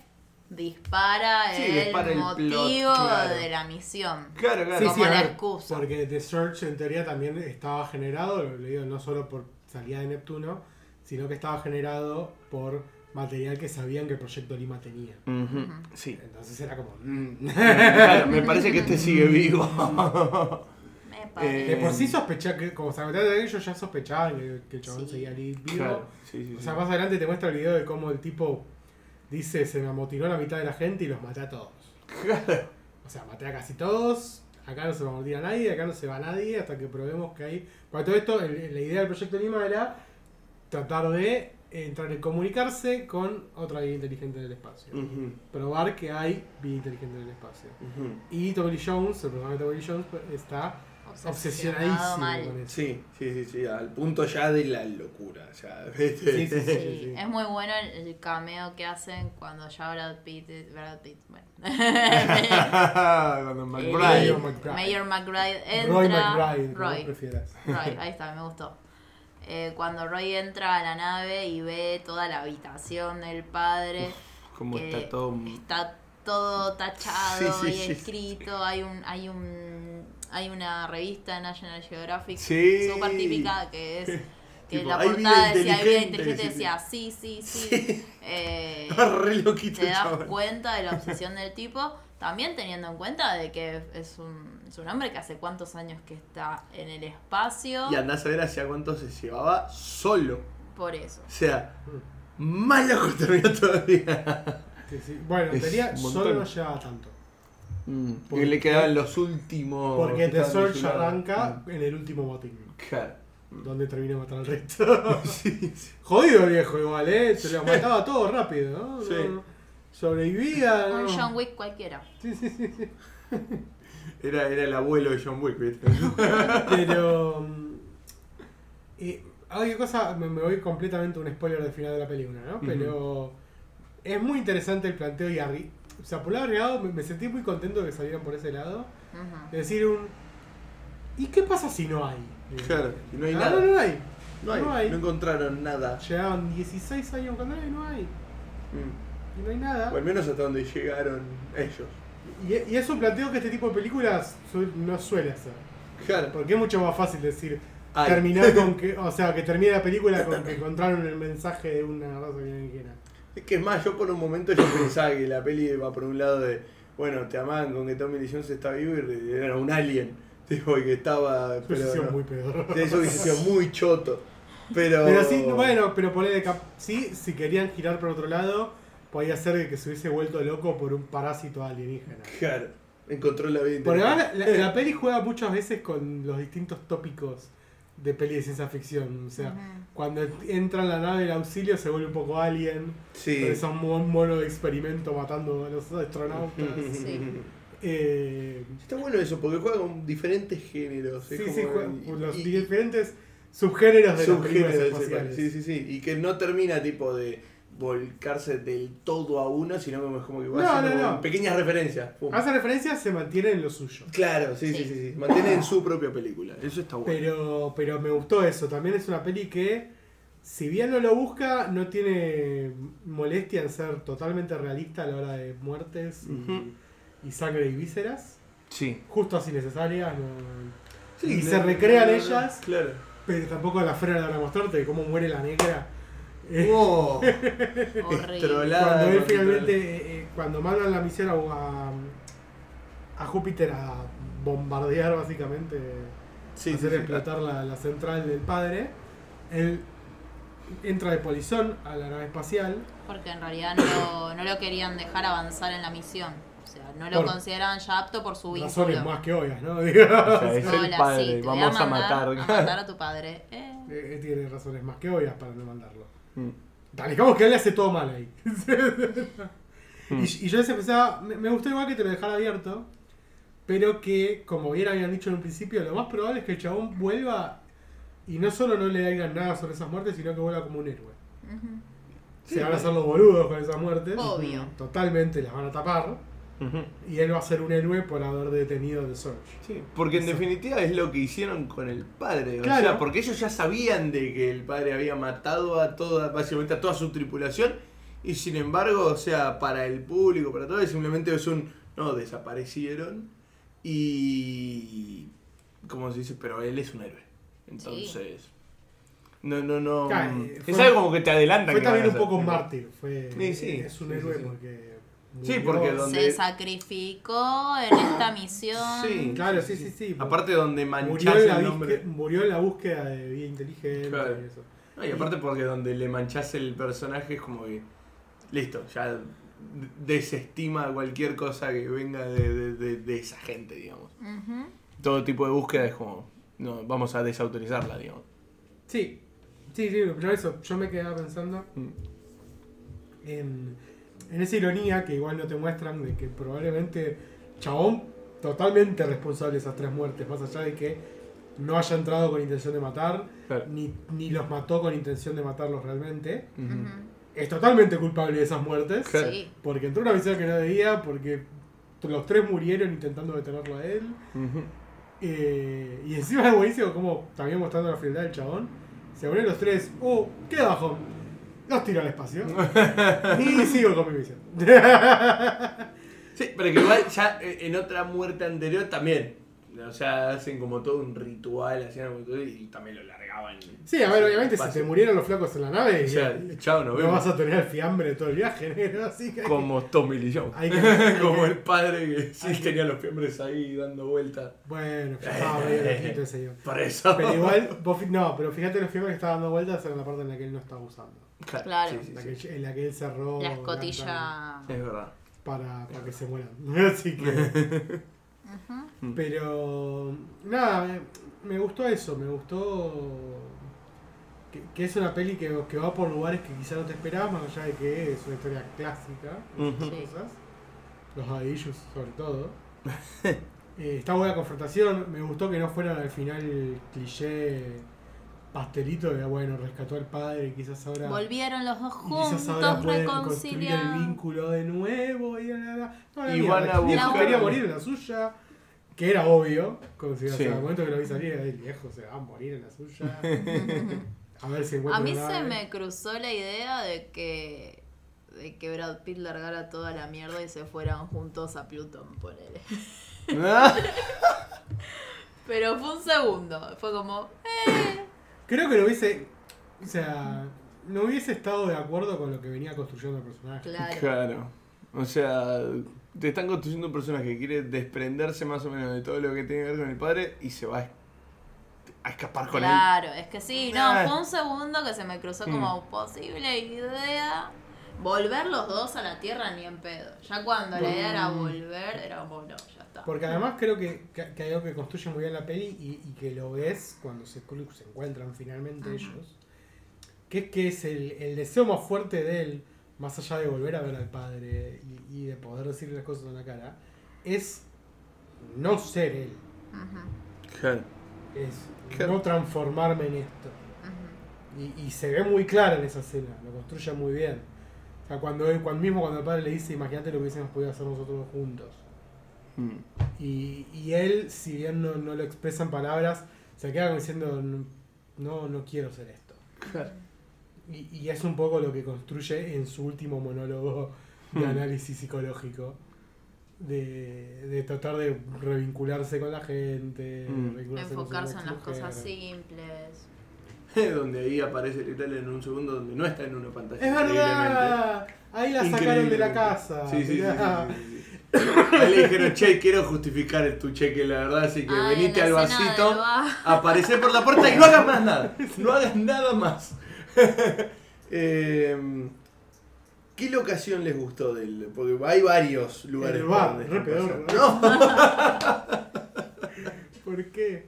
dispara
Sí,
el
dispara el plot,
motivo
claro.
de la misión.
Claro, claro.
Sí,
Como
sí, a
la
ver,
excusa.
Porque The Search en teoría también estaba generado, lo lo digo, no solo por salida de Neptuno, sino que estaba generado por material que sabían que el Proyecto Lima tenía.
Ujú, Sí.
Entonces era como...
Mm, claro, me parece que este sigue vivo. Eh,
Me parece.
De por sí sospechaba, que, como se trataba de ellos, ya sospechaban que, que el chabón
Sí.
seguía ahí vivo.
Claro, sí, sí,
O
sí.
sea, más adelante te muestra el video de cómo el tipo dice, se me amotinó la mitad de la gente y los maté a todos. O sea, maté a casi todos, acá no se va a morir a nadie, acá no se va a nadie, hasta que probemos que hay... Para todo esto, el- la idea del proyecto Lima era tratar de entrar en comunicarse con otra vida inteligente del espacio.
Ujú,
Probar que hay vida inteligente del espacio.
ujú.
Y Tommy Lee Jones, el personaje de Tommy Lee Jones, está
obsesionado
obsesionadísimo con
mal.
eso.
Sí, sí, sí, sí, al punto ya de la locura. ya, ¿viste?
Sí, sí, sí.
Sí, es muy bueno el, el cameo que hacen cuando ya Brad Pitt, eh, Brad Pitt, bueno.
Cuando
Eh,
McBride.
Mayor McBride.
Mayor McBride Em, entra.
Roy McBride, como
Roy.
prefieras.
Roy, ahí está, me gustó. Eh, cuando Roy entra a la nave y ve toda la habitación del padre,
Como
que
está todo.
está todo tachado
Sí, sí,
y
sí, sí.
escrito, hay un, hay un hay una revista de National Geographic
Sí.
súper típica que es que
Tipo,
la
"Hay
portada
vida
decía hay vida
inteligente",
inteligente
sí, sí.
decía sí, sí, sí.
Sí.
Eh,
re loquito,
te das
chaval.
cuenta de la obsesión del tipo, también teniendo en cuenta de que es un, es un hombre que hace cuántos años que está en el espacio,
Y andás a ver hacia cuánto se llevaba solo.
por eso.
O sea, más loco terminó todavía.
Sí, sí. Bueno,
Es
tenía
un montón.
solo no llegaba tanto.
Mm, Porque le quedaban los últimos.
Porque
que
The
estaban de su
Surge
lado.
arranca
Mm.
en el último botín,
Claro.
donde termina de matar al resto.
Sí, sí.
Jodido viejo igual, ¿eh? Se lo mataba todo rápido, ¿no?
Sí.
No, no. Sobrevivía.
Un
Ah, ¿no?
John Wick cualquiera.
Era, era el abuelo de John Wick, ¿viste?
Pero. mm, eh, hay una cosa, me, me voy completamente a un spoiler del final de la película, ¿no?
Ujú.
Pero. Es muy interesante el planteo y arri- o sea, por el lado arriesgado, me, me sentí muy contento de que salieran por ese lado.
Ujú.
Es decir, un. ¿Y qué pasa si no hay?
Claro, y no hay
Ah,
nada.
No, no hay.
No, hay,
No hay.
no encontraron nada.
Llegaban 16 años con y no hay.
Mm.
Y no hay nada.
O al menos hasta donde llegaron ellos.
Y, y es un planteo que este tipo de películas su- no suele hacer.
Claro.
Porque es mucho más fácil decir
Ay.
terminar con que. O sea, que termine la película con que encontraron el mensaje de una raza alienígena.
Es que es más, yo por un momento yo pensaba que la peli va por un lado de, bueno, te amaban con que Tommy Lee Jones está vivo y era un alien. Tipo, y que estaba...
Eso
Pero
hubiese sido
no.
muy peor.
Sí, Eso hubiese sido muy choto. Pero...
Pero sí, bueno, pero ponele cap- sí, si querían girar por otro lado, podía ser que se hubiese vuelto loco por un parásito alienígena.
Claro. Encontró la vida.
Porque
inteligente.
ahora la, la peli juega muchas veces con los distintos tópicos de peli de ciencia ficción. O sea,
Ujú.
cuando entra en la nave el auxilio se vuelve un poco alien.
Sí.
Pero son mo- mono de experimento matando a los astronautas.
Sí.
Eh,
Está bueno eso, porque juega con diferentes géneros.
sí,
es
sí,
como-
juegan
y-
por los
y-
diferentes subgéneros de
subgéneros
las películas
sepan,
espaciales.
Sí, sí, sí. Y que no termina tipo de volcarse del todo a uno, sino como, como que va
No,
haciendo
no,
como
no.
pequeñas referencias. Pum.
Hace referencia, se mantiene en lo suyo.
Claro, sí, sí,
Sí.
sí, sí. Mantiene en su propia película. Eso está bueno.
Pero, pero me gustó eso. También es una peli que, si bien no lo busca, no tiene molestia en ser totalmente realista a la hora de muertes y,
Ujú.
y sangre y vísceras.
sí.
Justo así necesarias. no-
Sí,
y
no-
se recrean
no, no, no.
ellas,
Claro.
pero tampoco la frena la van a mostrarte cómo muere la negra.
Uh,
Eh,
Wow.
Horrible.
Estrolada,
cuando él
contra-
finalmente, eh, eh, cuando mandan la misión a, a, a Júpiter a bombardear básicamente,
Sí, sí,
hacer
sí.
explotar la, la central del padre, él entra de polizón a la nave espacial.
Porque en realidad no, no lo querían dejar avanzar en la misión. O sea, no lo
Por-
consideraban ya apto por su
Razones
vínculo.
más que obvias, ¿no? Eh, Digo,
O sea, es el
Hola, sí,
padre,
te voy
vamos a
mandar
matar.
a matar a tu padre. Eh.
eh, tiene razones más que obvias para no mandarlo.
Mm.
Dale, digamos que él le hace todo mal ahí. y,
Mm.
y yo les empezaba. Me, me gustó igual que te lo dejara abierto. Pero que, como bien habían dicho en un principio, lo más probable es que el chabón vuelva y no solo no le digan nada sobre esas muertes, sino que vuelva como un héroe.
Ujú.
Se van a hacer los boludos con esas muertes. Mm,
Obvio.
Totalmente, las van a tapar.
Ujú.
Y él va a ser un héroe por haber detenido The Surge.
Sí, porque en
Eso.
definitiva es lo que hicieron con el padre. O
Claro.
sea, porque ellos ya sabían de que el padre había matado a toda, básicamente a toda su tripulación. Y sin embargo, o sea, para el público, para todo, simplemente es un. No, desaparecieron. Y. ¿Cómo se dice? Pero él es un héroe. Entonces. No, no, no.
Claro,
Es
Fue-
algo como que te adelantan.
Fue
que van a
también un
hacer.
poco un mártir. Fue,
Sí, sí.
Es un
Sí, sí,
héroe
sí.
porque.
Sí,
murió.
porque donde-
Se sacrificó en esta misión.
Sí.
Claro, sí, sí, sí.
Aparte, donde
Murió en,
manchase
la
el
busque-
nombre.
murió en la búsqueda de vida inteligente.
Claro.
y eso.
No, y aparte porque donde le manchas el personaje es como que. Listo, ya d- desestima cualquier cosa que venga de, de- de- de esa gente, digamos.
Ujú.
Todo tipo de búsqueda es como. No, vamos a desautorizarla, digamos.
Sí, sí, sí, pero eso, yo me quedaba pensando
Mm.
en, en esa ironía que igual no te muestran de que probablemente Chabón totalmente responsable de esas tres muertes, más allá de que no haya entrado con intención de matar,
Claro.
ni, ni los mató con intención de matarlos realmente.
Ujú.
Es totalmente culpable de esas muertes,
Claro.
Sí.
porque entró una misión que no debía, porque los tres murieron intentando detenerlo a él.
Ujú.
Mm-hmm.
Eh, y encima es buenísimo como también mostrando la frialdad del chabón. Se unen los tres. ¡Uh! ¡Qué abajo! Los tiro al espacio. y sigo con mi misión.
Sí, pero que igual ya eh, en otra muerte anterior también. O sea, hacen como todo un ritual, hacían algo todo y también lo largaban.
sí, a ver, obviamente si
Fácil.
te murieron los flacos en la nave,
O sea,
eh,
chao,
no
nos vemos.
vas a tener el fiambre todo el viaje, ¿no? Así que hay que-
Como Tommy Lee Jones.
hay que- hay que-
Como el padre que sí
Ay, que-
tenía los fiambres ahí dando vueltas.
Bueno, ya estaba medio loquito ese yo.
Por eso.
Pero igual, vos fi- no, pero fíjate los fiambres que estaba dando vueltas en la parte en la que él no estaba usando.
Claro.
sí, sí,
En la,
sí.
que, en la que él cerró
La
Gundam
escotilla.
Es verdad.
para, para que se mueran. Así que.
Ujú.
Pero nada, me, me gustó eso, me gustó que, que es una peli que, que va por lugares que quizá no te esperabas, más allá de que es una historia clásica, esas
Ujú.
Mm. Sí.
cosas. los adillos sobre todo. Eh, está buena confrontación, me gustó que no fuera al final el cliché pastelito de bueno, rescató al padre, quizás ahora...
Volvieron los dos
y Quizás ahora
juntos,
pueden construir el
reconciliados.
vínculo de nuevo y la, la, la. No, la
Y
mierda,
van a
el viejo
buscar-
quería morir en la suya, que era obvio, considerando
Sí.
o sea, al momento que lo vi salir, era el viejo se va a morir en la suya. A ver si encuentra
A mí
una
se
nave.
me cruzó la idea de que de que Brad Pitt largara toda la mierda y se fueran juntos a Plutón, ponele. Pero fue un segundo, fue como,
Creo que lo hubiese, o sea, no hubiese estado de acuerdo con lo que venía construyendo el personaje.
claro.
Claro. O sea, te están construyendo un personaje que quiere desprenderse más o menos de todo lo que tiene que ver con el padre y se va a- a escapar con él.
Claro, es que sí, no,
Ah.
fue un segundo que se me cruzó como
Mm.
posible idea. Volver los dos a la Tierra ni en pedo. Ya cuando la idea era volver, era como, no, ya está.
Porque además creo que, que- que hay algo que construye muy bien la peli y, y que lo ves cuando se, cru- se encuentran finalmente ellos, que es que es el, el deseo más fuerte de él, más allá de volver a ver al padre y, y de poder decirle las cosas en la cara, es no ser él,
Ujú,
Claro.
es
Claro.
no transformarme en esto.
ujú.
Y, y se ve muy claro en esa escena, lo construye muy bien. O sea, cuando, él- cuando mismo cuando el padre le dice, imagínate lo que hubiésemos podido hacer nosotros dos juntos.
Mm.
Mm-hmm.
Y, y él, si bien no, no lo expresa en palabras, se queda como diciendo, no, no quiero ser esto.
Claro.
Y, y es un poco lo que construye en su último monólogo de
Hmm.
análisis psicológico. De, de tratar de revincularse con la gente,
Hmm.
revincularse con su
Enfocarse en las
exmujer.
cosas simples.
donde ahí aparece el Italia en un segundo donde no está en una pantalla.
¡Es verdad! Ahí la sacaron de la
Increíblemente.
casa.
Sí, sí, sí,
mirá.
sí, sí, sí. Ahí le dijeron, che, quiero justificar tu cheque, la verdad, así que
Ay, Ah, en
venite
la
al
escena del
vasito,
bar.
aparece por la puerta y no hagas más nada. No hagas nada más. Eh, ¿Qué locación les gustó del.? Porque hay varios lugares.
El
por
bar,
donde
re
están
peor,
pasando. No,
¿Por qué?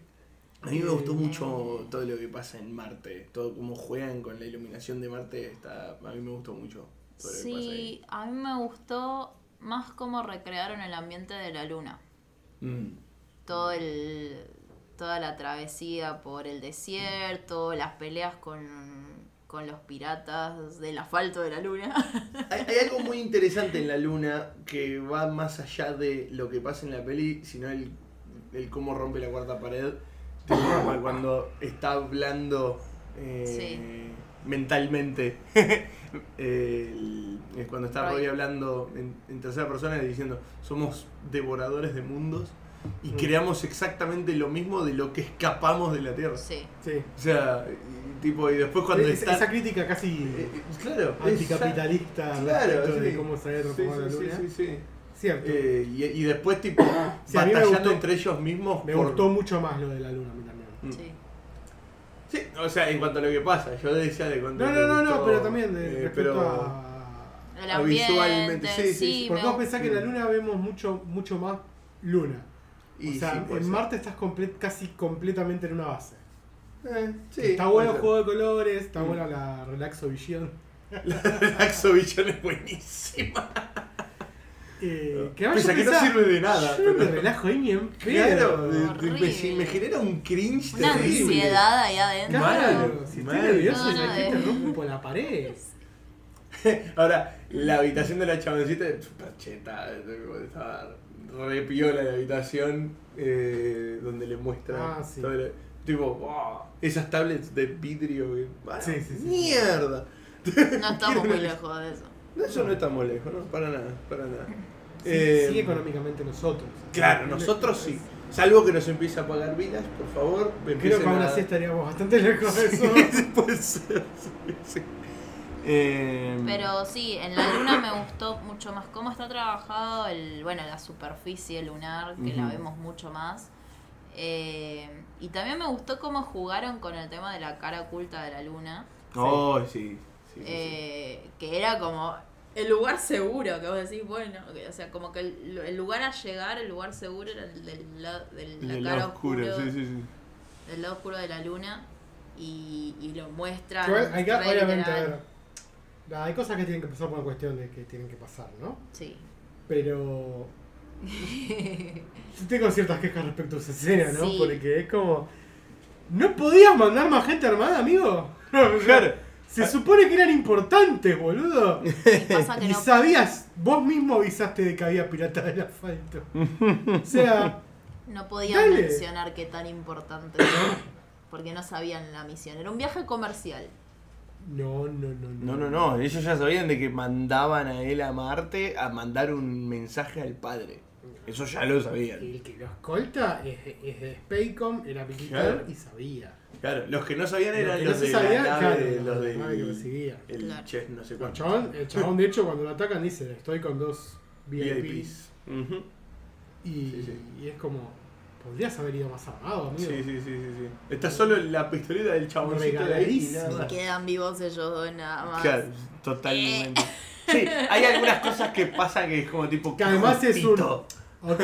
A
Eh,
mí me gustó mucho todo lo que pasa en Marte, todo cómo juegan con la iluminación de Marte, está, a mí me gustó mucho. todo lo que pasa ahí.
Sí, a mí me gustó más cómo recrearon el ambiente de la luna.
Mm.
Todo el, toda la travesía por el desierto, las peleas con, con los piratas del asfalto de la luna.
Hay, hay algo muy interesante en la luna que va más allá de lo que pasa en la peli, sino el, el cómo rompe la cuarta pared. de Roma cuando está hablando eh, mentalmente. El- es cuando está Roy
Roy.
hablando en, en tercera persona y diciendo, somos devoradores de mundos y
Mm.
creamos exactamente lo mismo de lo que escapamos de la Tierra.
Sí.
Sí.
O sea, y- tipo, y después cuando
Es-
está...
Esa crítica casi
eh, eh, claro, esa-
anticapitalista respecto de cómo se había
sí,
transformado la
sí,
luna.
sí, sí.
Cierto.
Eh, y, y después, tipo,
Sí, a mí me
batallando
gustó-
entre ellos mismos.
Me
por-
gustó mucho más lo de la luna a mí también.
Mm.
Sí.
Sí, o sea, en cuanto a lo que pasa, yo decía de cuando.
No,
me
no, no,
gustó,
no, pero también de,
eh,
respecto
pero-
a...
El
Ah,
ambiente,
visualmente, sí, sí,
sí,
sí.
Porque
me
vos pensás que en la luna vemos mucho, mucho más luna.
y
o sea,
sí, puede
en
ser.
Marte estás comple- casi completamente en una base.
Eh, sí,
está
puede
bueno el
ser.
juego de colores, está
Mm.
buena la Relaxo Vision.
La Axo Vision es buenísima.
Eh, que además
Ah. Pese a
yo
que no
pensaba,
sirve de nada.
Yo no me
pero-
relajo ahí ni en pedo.
Claro, de- de- me,
Horrible.
me genera un cringe
Una
terrible.
ansiedad ahí adentro.
Claro,
Mal,
si
mal.
estoy nervioso,
No, no,
me
eh.
te rompo por la pared.
Ahora, la habitación de la chaboncita, puta cheta, estaba re piola la habitación eh, donde le muestra
Ah, sí.
todo el- tipo, wow, esas tablets de vidrio, que- ah,
Sí, sí, sí.
mierda.
No estamos muy lejos de eso.
No, Eso no estamos lejos, ¿no? Para nada, para nada.
Sí,
Eh,
sí, económicamente nosotros.
Claro, nosotros sí. Salvo que nos empiece a pagar vidas, por favor.
Creo
empiecen
que aún
a-
así estaríamos bastante lejos de eso.
Puede ser, sí, sí. Eh,
Pero sí, en la luna me gustó mucho más cómo está trabajado el, bueno, la superficie lunar, que la
Ujú.
vemos mucho más. Eh, y también me gustó cómo jugaron con el tema de la cara oculta de la luna,
Oh, sí. sí, sí, sí.
eh, que era como el lugar seguro, que vos decís, bueno, que- o sea, como que el, el lugar a llegar, el lugar seguro era el del, la, del, la
Del
cara
lado oscuro,
oscuro,
sí, sí, sí.
del lado oscuro de la luna. Y, y lo muestra.
Igual, eh, hay que- obviamente, a ver. nada, Hay cosas que tienen que pasar por una cuestión de que tienen que pasar, ¿no?
Sí.
Pero. Tengo ciertas quejas respecto a esa escena, ¿no?
Sí.
Porque es como. ¿No podías mandar más gente armada, amigo?
Claro.
Se supone que eran importantes, boludo.
Y pasa que
Y
no
sabías, vos mismo avisaste de que había pirata del asfalto. O sea,
No podían
Dale.
mencionar qué tan importante era, porque no sabían la misión. Era un viaje comercial.
no, no, no, no.
No, no, no. Ellos ya sabían de que mandaban a él a Marte a mandar un mensaje al padre. Eso ya lo sabían.
El que lo escolta es, es de Spacecom, era militar
Claro.
y sabía.
Claro, los que no sabían eran
que
los,
no se
de
sabían,
la nave,
claro,
los
la
del-
nave que recibía.
el
Claro.
chef no sé
El
cuánto.
chabón, el chabón, de hecho, cuando lo atacan dice, estoy con dos VIPs.
VIPs. Ujú.
Y,
Sí, sí.
y es como, podrías haber ido más armado, amigo.
Sí, sí, sí, sí, sí. Está solo la pistolita del chaboncito de ahí. y nada
Regaladísimo.
más.
Y quedan vivos ellos dos nada más.
Claro, totalmente. Sí, hay algunas cosas que pasan que es como tipo.
Que además es un-
justito.
Ok,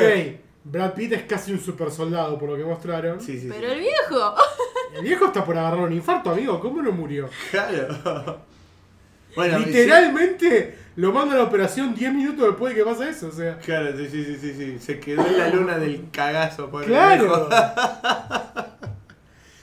Brad Pitt es casi un super soldado por lo que mostraron.
Sí, sí,
Pero
sí.
el viejo.
El viejo está por agarrar un infarto, amigo. ¿Cómo no murió?
Claro. Bueno,
Literalmente lo manda a la operación 10 minutos después de que pasa eso. O sea,
sí, claro, sí, sí, sí, sí, sí. Se quedó en la luna del cagazo. pobre
claro.
viejo.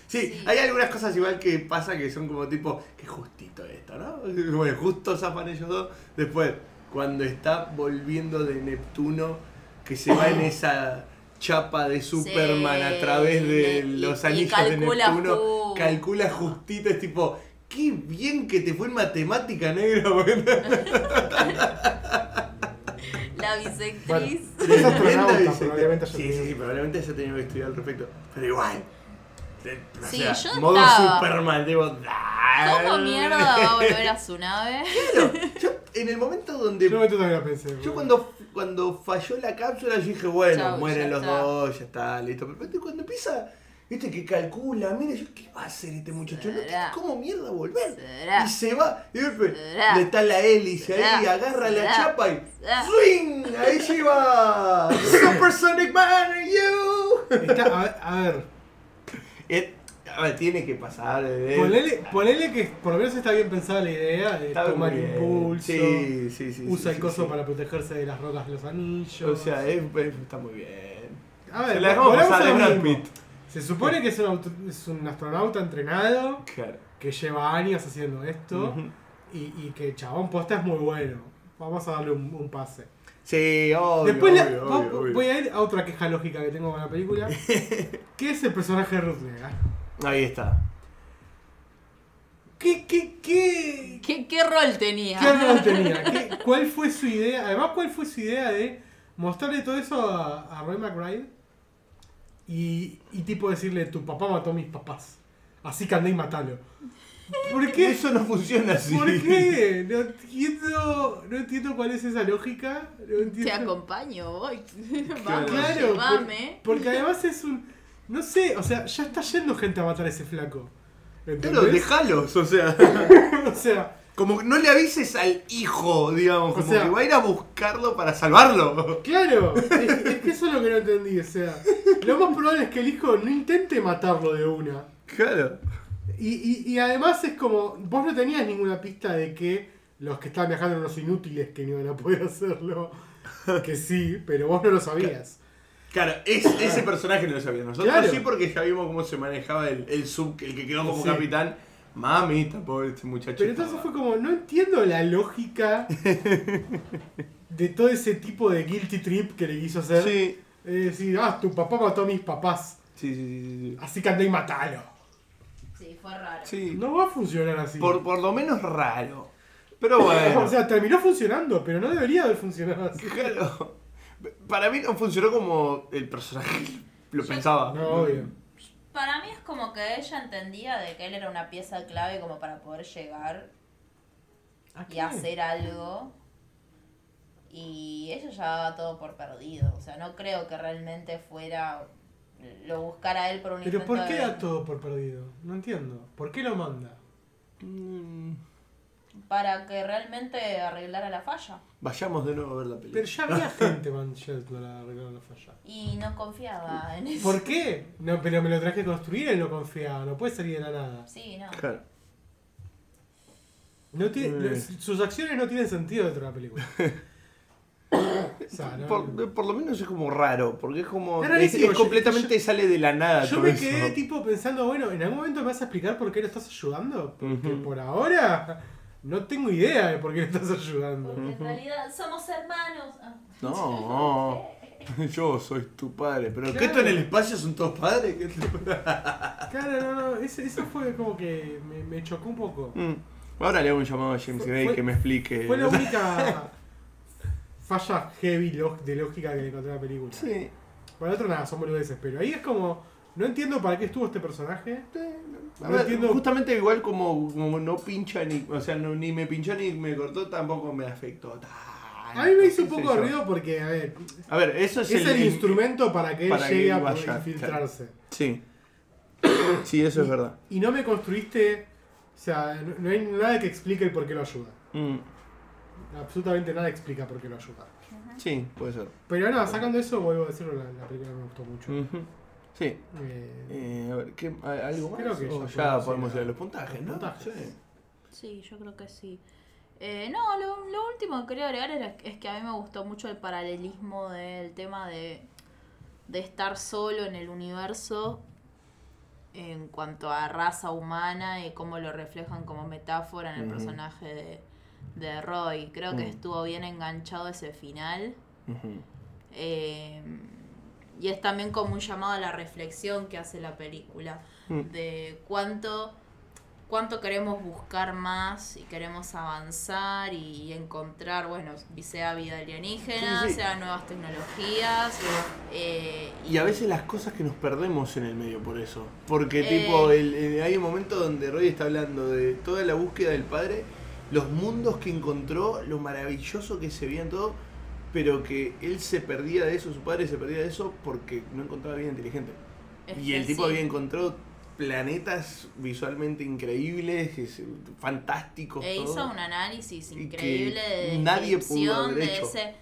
Sí, hay algunas cosas igual que pasa que son como tipo, qué justito esto, ¿no? Bueno, justo zafan ellos dos. Después, cuando está volviendo de Neptuno, que se va en esa chapa de Superman
Sí,
a través de
y-
los
y
anillos de
calcula
Neptuno,
justo.
calcula justito, es tipo, qué bien que te fue en matemática negra, boludo.
La bisectriz.
Es astronauta,
Tremenda
probablemente haya
Sí, sí,
tenido.
sí, probablemente haya tenido que estudiar al respecto. Pero igual. eh, o
Sí,
sea,
yo
modo
estaba-
Superman, digo, dale.
Ah.
¿Cómo mierda va a volver a su nave?
Yo, en el momento
Yo
donde.
en un momento también lo pensé.
Yo
boludo.
cuando, cuando falló la cápsula, yo dije, bueno,
Chau,
mueren
ya
los
está.
dos, ya está, listo. Pero viste, cuando empieza, viste que calcula, mira, yo, ¿qué va a hacer este muchacho? No tiene
Será.
cómo mierda volver.
Será.
Y se va, y de golpe,
Será.
le está la hélice
Será.
ahí, agarra la
Será.
chapa y
Será.
¡swing! Ahí lleva Supersonic Man are you.
Está- a ver, a ver,
Eh, A ver, tiene que pasar. eh.
ponele, ponele que por lo menos está bien pensada la idea de
Está
tomar
bien.
impulso,
Sí, sí, sí.
usa
sí,
el
sí,
coso
sí.
para protegerse de las rocas de los anillos.
O sea, es- es- está muy bien.
a
Se
ver,
la dejamos
volvamos
pasar
a
de
lo
Brad
mismo.
Pitt.
Se supone que es un, auto- es un astronauta entrenado
Claro.
que lleva años haciendo esto y, y que chabón posta es muy bueno. Vamos a darle un, un pase.
Sí, obvio.
Después la-
obvio,
va-
obvio, obvio.
voy a ir a otra queja lógica que tengo con la película, que es el personaje de Rutger.
Ahí está.
¿Qué, qué, qué,
¿Qué, qué rol tenía?
¿Qué rol tenía? ¿Qué- ¿Cuál fue su idea? Además, ¿cuál fue su idea de mostrarle todo eso a, a Roy McBride? Y, y tipo decirle, tu papá mató a mis papás. Así que andá y matalo. ¿Por qué?
Eso no funciona así.
¿Por qué? No entiendo, no entiendo cuál es esa lógica. No
Te
entiendo.
acompaño, voy.
Claro.
Vamos,
Claro, por-
llévame.
porque además es un... No sé, o sea, ya está yendo gente a matar a ese flaco.
Claro,
¿Entendés?
dejalos, o sea.
O sea,
Como que no le avises al hijo, digamos,
O
como
sea-
que va a ir a buscarlo para salvarlo.
Claro, es, es que eso es lo que no entendí, o sea, lo más probable es que el hijo no intente matarlo de una.
Claro.
Y, y- y además es como, vos no tenías ninguna pista de que los que estaban viajando eran unos inútiles que no iban a poder hacerlo. que sí, pero vos no lo sabías.
Claro, es, ese personaje no lo sabía. Nosotros
Claro.
sí, porque ya vimos cómo se manejaba el, el sub, el que quedó como
Sí.
capitán. Mamita, pobre este muchacho.
Pero entonces fue como, no entiendo la lógica de todo ese tipo de guilty trip que le quiso hacer.
Sí.
Es decir, ah, tu papá mató a mis papás,
Sí, sí, sí, sí,
así que andá y matalo.
Sí, fue raro.
sí. Sí.
No va a funcionar así.
Por, por lo menos raro. Pero bueno.
O sea, terminó funcionando, pero no debería haber funcionado así.
Claro. Para mí no funcionó como el personaje lo pensaba.
No, obvio.
Para mí es como que ella entendía de que él era una pieza clave como para poder llegar y hacer algo. Y ella ya daba todo por perdido. O sea, no creo que realmente fuera. Lo buscara él por un
Pero ¿por
intento
qué
de-
da todo por perdido? No entiendo. ¿Por qué lo manda?
Mm,
Para que realmente arreglara la falla.
Vayamos de nuevo a ver la película.
Pero ya había gente manchando la arreglar la falla.
Y no confiaba en eso.
¿Por qué? No, pero me lo traje a construir, él no confiaba, no puede salir de la nada.
Sí, no.
Claro.
No tiene,
Eh.
no- sus acciones no tienen sentido dentro de la película. O sea, no-
Por, por lo menos es como raro, porque es como.
Es
Es,
rarísimo,
es
yo-
completamente sale de la nada.
yo
Ah, todo
me
eso.
quedé tipo pensando, bueno, en algún momento me vas a explicar por qué lo estás ayudando, porque
Ujú.
por ahora no tengo idea de por qué lo estás ayudando.
Porque en realidad somos hermanos. Ah.
No. Yo soy tu padre. Pero ¿qué
Claro.
esto en el espacio son todos padres? ¿Qué esto-
Claro, no, no, ese- eso fue como que me, me chocó un poco.
Mm. Ahora le hago un llamado a James
Fue-
Gray
fue-
que me explique.
Fue la única falla heavy log- de lógica que le encontré a la película.
Sí.
Para el otro nada, son boludeces, pero ahí es como, no entiendo para qué estuvo este personaje.
A
No
ver,
entiendo.
Justamente igual como, como no pincha ni. O sea, no- ni me pinchó ni me cortó, tampoco me afectó. tanto,
A mí me hizo un
qué
poco
sé Ah, yo.
ruido porque, a ver,
A ver, eso es,
es el instrumento para que él
para que
llegue
él
a
vaya,
poder infiltrarse.
Sí. Sí, eso es verdad.
Y no me construiste, o sea, no, no hay nada que explique el por qué lo ayuda.
Mm,
Absolutamente nada explica por qué lo ayuda.
Sí, puede ser.
Pero no, sacando eso, vuelvo a decirlo, la, la película me gustó mucho.
Mm. Mm-hmm.
Ujú. Sí.
Eh,
Eh, a ver, ¿qué- a- ¿algo más?
Creo que ya
O ya
podemos ir
podemos
a-
ir a los puntajes,
los
¿no?
puntajes.
Sí.
Sí, yo creo que sí. Eh, no, lo, lo último que quería agregar era- es que a mí me gustó mucho el paralelismo del tema de, de estar solo en el universo en cuanto a raza humana y cómo lo reflejan como metáfora en el
Ujú.
personaje de, de Roy. Creo que
Mm.
estuvo bien enganchado ese final.
Ujú.
Eh, y es también como un llamado a la reflexión que hace la película.
Mm.
De cuánto, cuánto queremos buscar más y queremos avanzar y encontrar, bueno, sea vida alienígena,
Sí, sí.
sea nuevas tecnologías. eh,
Y a veces las cosas que nos perdemos en el medio por eso. Porque
Eh.
tipo, el- el- hay un momento donde Roy está hablando de toda la búsqueda del padre, los mundos que encontró, lo maravilloso que se veían todo, pero que él se perdía de eso, su padre se perdía de eso porque no encontraba vida inteligente.
es
Y el
que
tipo
sí.
había encontrado planetas visualmente increíbles, que se- fantásticos.
E hizo
todo.
un análisis
Y que
increíble de
nadie pudo
descripción
haber
de
hecho.
ese.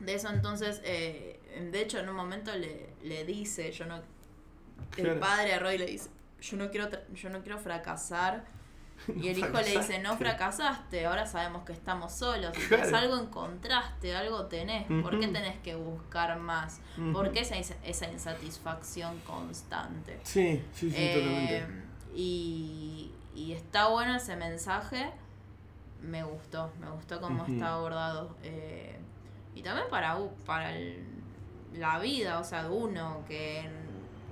De eso entonces, eh, de hecho en un momento le, le dice, yo no. El
Claro.
padre a Roy le dice, yo no quiero tra- yo no quiero fracasar. Y el hijo le dice, no
Fracasaste.
fracasaste, ahora sabemos que estamos solos.
Claro.
Es algo encontraste, algo tenés. ¿Por qué
Ujú.
tenés que buscar más?
Ujú.
¿Por qué esa, ins- esa insatisfacción constante?
Sí, sí, sí,
Eh,
totalmente.
y, y está bueno ese mensaje. Me gustó, me gustó cómo
Ujú.
está abordado. eh, y también para, u- para el- la vida, o sea, de uno, que en-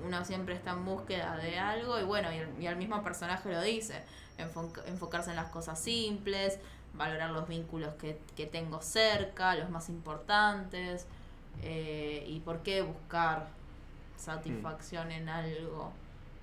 uno siempre está en búsqueda de algo. Y bueno, y el, y el mismo personaje lo dice: enfo- enfocarse en las cosas simples, valorar los vínculos que, que tengo cerca, los más importantes. eh, y por qué buscar
Mm.
satisfacción en algo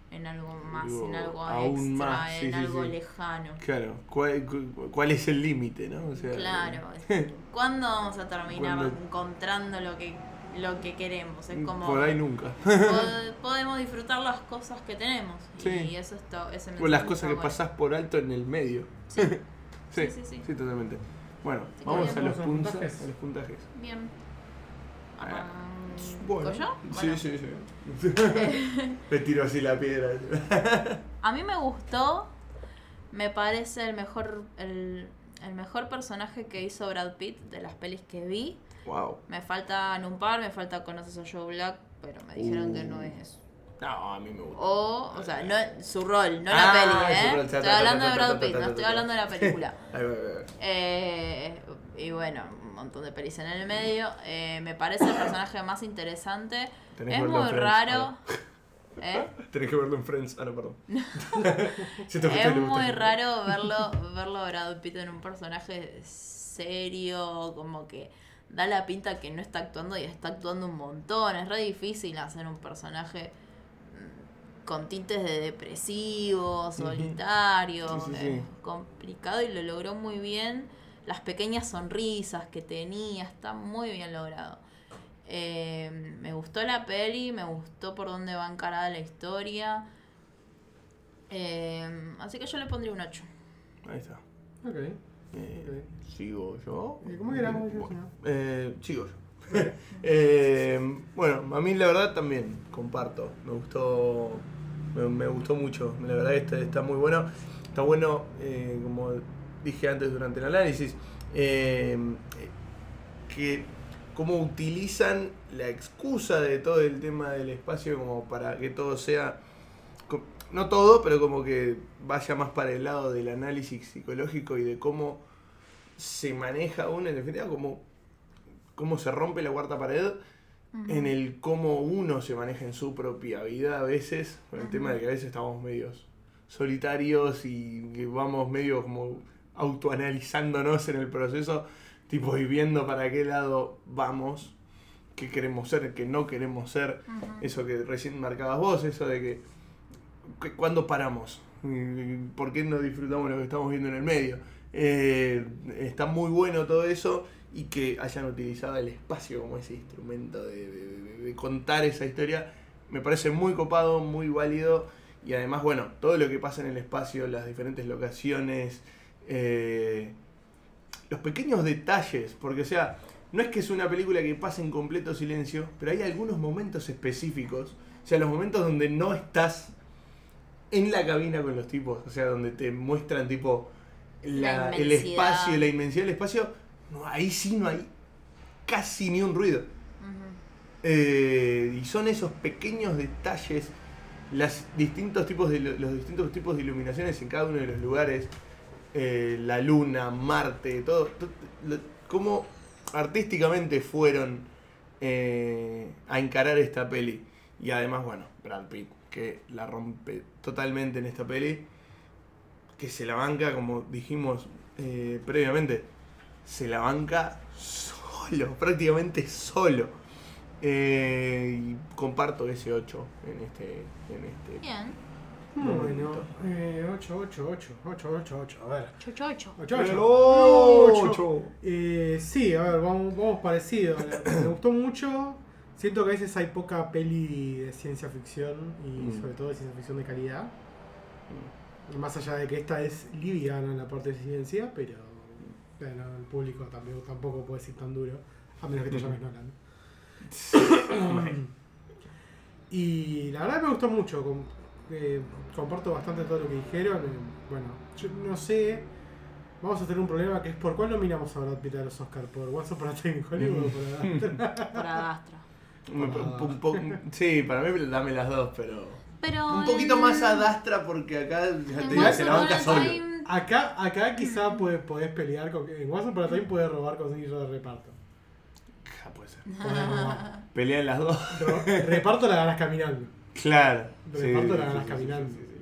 en algo más, en algo
Aún
extra,
más, sí,
en
sí,
algo
sí.
lejano.
Claro, ¿cuál, cu- cuál es el límite, no? O sea, eh,
Claro. ¿Cuándo vamos a terminar
Cuando- Mm,
encontrando lo que lo que queremos? Es como
Por ahí nunca.
pod- podemos disfrutar las cosas que tenemos
Sí.
y eso está ese
O
mensaje
las
está
cosas que
bueno.
pasás por alto en el medio.
Sí,
Sí,
Sí, sí, sí.
totalmente. Bueno,
Sí,
vamos a
también. Vamos
los,
a los
punta-
puntajes.
a los puntajes.
bien.
Ah,
¿Arranco yo? Bueno.
Sí, sí, sí. Me tiro así la piedra.
A mí me gustó. Me parece el mejor. El, el mejor personaje que hizo Brad Pitt de las pelis que vi.
Wow.
Me faltan un par, me falta Conoces a Joe Black, pero me dijeron que no es eso.
No, a mí me gusta.
O, o sea, no, su rol, no la
Ah, su
peli, ¿eh?
rol, ta, ta,
Estoy
ta,
hablando
ta,
de
ta,
Brad
ta,
Pitt,
ta,
no
ta,
estoy
ta.
hablando de la película.
Ahí va, ahí va, ahí va.
Eh, y bueno, un montón de pelis en el medio. Eh, me parece el personaje más interesante.
Tenés
es
Gordon
muy
Friends,
raro. ¿eh?
Tenés que verlo en Friends. Ah, no, perdón. Siento que a
Es
usted le gusta
muy
mucho.
raro verlo, verlo a Brad Pitt en un personaje serio, como que da la pinta que no está actuando y está actuando un montón. Es re difícil hacer un personaje mm, con tintes de depresivo, solitario,
Sí, sí,
eh,
sí.
complicado y lo logró muy bien. Las pequeñas sonrisas que tenía, está muy bien logrado. Eh, me gustó la peli, me gustó por dónde va encarada la historia. Eh, así que yo le pondría un 8.
Ahí está.
Ok.
Eh, ¿Sigo yo?
Eh, ¿cómo queramos, yo,
Bueno,
si no?
eh, sigo yo. Eh, bueno, a mí la verdad también comparto. Me gustó, me, me gustó mucho. La verdad está, está muy bueno. Está bueno, eh, como dije antes durante el análisis, eh, que cómo utilizan la excusa de todo el tema del espacio como para que todo sea co- no todo, pero como que vaya más para el lado del análisis psicológico y de cómo se maneja uno en definitiva, cómo, cómo se rompe la cuarta pared, en el cómo uno se maneja en su propia vida a veces, con el tema de que a veces estamos medios solitarios y que vamos medio como autoanalizándonos en el proceso, tipo y viendo para qué lado vamos, qué queremos ser, qué no queremos ser, eso que recién marcabas vos, eso de que cu- ¿Cuándo paramos? Mm, ¿Por qué no disfrutamos lo que estamos viendo en el medio? Eh, está muy bueno todo eso y que hayan utilizado el espacio como ese instrumento de, de- de- de contar esa historia. Me parece muy copado, muy válido y además, bueno, todo lo que pasa en el espacio, las diferentes locaciones, eh, los pequeños detalles, porque o sea, no es que es una película que pasa en completo silencio, pero hay algunos momentos específicos, o sea, los momentos donde no estás en la cabina con los tipos, o sea, donde te muestran tipo la-
La
el
inmensidad.
espacio, la inmensidad del espacio, no, ahí sí no hay casi ni un ruido. Eh, y son esos pequeños detalles, las distintos tipos de, lo- los distintos tipos de iluminaciones en cada uno de los lugares, eh, la luna, Marte, todo, to- lo- cómo artísticamente fueron eh, a encarar esta peli. Y además, bueno, Brad Pitt, que la rompe totalmente en esta peli, que se la banca, como dijimos eh, previamente, se la banca solo, prácticamente solo. Eh, y comparto ese 8 en este. En este.
Bien.
Bueno,
momento.
Hmm, eh, 8, 8, 8, 8, 8, 8, a ver.
8-8.
8, 8.
Ocho.
Eh, sí, a ver, vamos, vamos parecido. Eh, Me gustó mucho. Siento que a veces hay poca peli de ciencia ficción y
Mm.
sobre todo de ciencia ficción de calidad. Más allá de que esta es liviana en la parte de ciencia, pero bueno, el público también, tampoco puede ser tan duro, a menos que te llames Nolan. Y la verdad me gustó mucho. com- eh, comparto bastante todo lo que dijeron. eh, bueno, yo no sé. Vamos a tener un problema que es por cuál nominamos a Brad Pitt a los Oscar. ¿Por Once Upon a Time in Hollywood o por
Mm.
Adapter?
Para Astra.
Me- un po- un- sí, para mí dame las dos, pero.
Pero.
Un poquito
en-
más adastra porque acá ya
en
te digo,
Once
se la
Upon
banca
a
solo.
Time-
Acá, acá quizá puede- podés pelear con. En Once Upon a Time puedes robar con yo de reparto.
Ja, puede ser.
Podés robar.
Pelean las dos.
Ro- reparto la ganas caminando.
Claro.
Lo reparto la ganas caminando.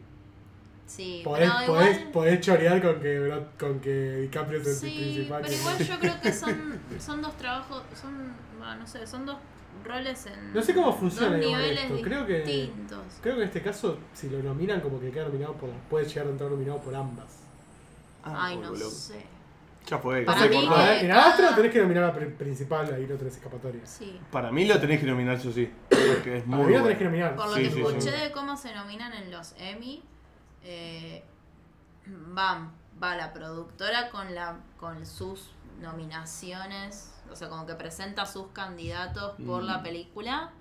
Sí,
Podés,
Eh, pero
podés,
igual-
podés chorear con que, Brad- con que DiCaprio es el
Sí,
principal.
pero igual yo creo que son, son dos trabajos, son, bueno, no sé, son dos roles en
No sé cómo funciona
dos
igual
niveles
esto. Creo que.
distintos.
Creo que en este caso, si lo nominan, como que queda nominado por. Puede llegar a entrar nominado por ambas.
Ah,
Ay, no
boludo.
sé.
Ya fue.
Para
ya
mí
fue.
A ver,
que-
en Astro tenés que nominar a pri- principal, ahí no tenés escapatoria.
Sí.
Para mí lo tenés que nominar, eso sí. Porque es
Para mí lo
muy. bueno.
tenés que nominar.
Por lo
Sí,
que
sí, sí.
escuché de cómo se nominan en los Emmy, eh, van, va la productora con la con sus nominaciones, o sea, como que presenta sus candidatos por
Mm.
la película,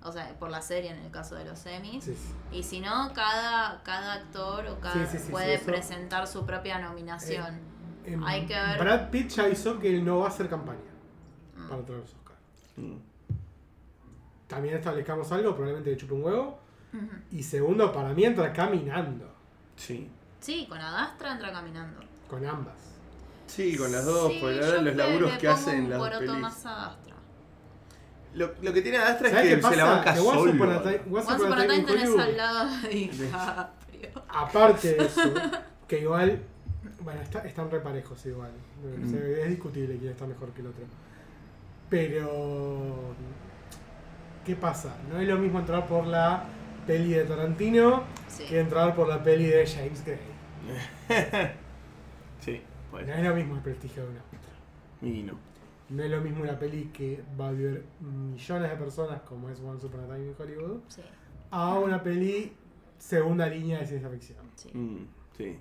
o sea, por la serie en el caso de los Emmys.
Sí, sí.
Y si no, cada, cada actor o cada
Sí, sí, sí,
puede
sí, eso.
Eh.
presentar su propia nominación.
em,
Hay que ver.
Brad Pitt ya avisó que él no va a hacer campaña
Mm.
para traer los Oscar.
Mm.
También establezcamos algo, probablemente le chupe un huevo.
Ujú.
Y segundo, para mí entra caminando
Sí.
Sí, con Adastra entra caminando.
con ambas.
Sí, con las dos,
Sí,
por
yo
los
te-
laburos
le
que
pongo
hacen
un
las dos
poroto
pelis.
más a Adastra.
Lo, lo que tiene Astra es
¿Sabés
que
qué
se la banca
Que Once
solo.
Upon a Time- Once
Once
Upon a Time in
tenés
Hollywood,
al lado de DiCaprio.
Aparte de eso, que igual. Bueno, está- están reparejos igual. O sea,
Mm.
es discutible quién está mejor que el otro. Pero. ¿Qué pasa? No es lo mismo entrar por la peli de Tarantino
Sí.
que entrar por la peli de James Gray.
Sí,
No
bueno.
es lo mismo el prestigio de una otra.
Y no.
No es lo mismo una peli que va a ver millones de personas, como es One Upon a Time in Hollywood,
Sí,
a una peli segunda línea de ciencia ficción.
sí.
Mm, sí.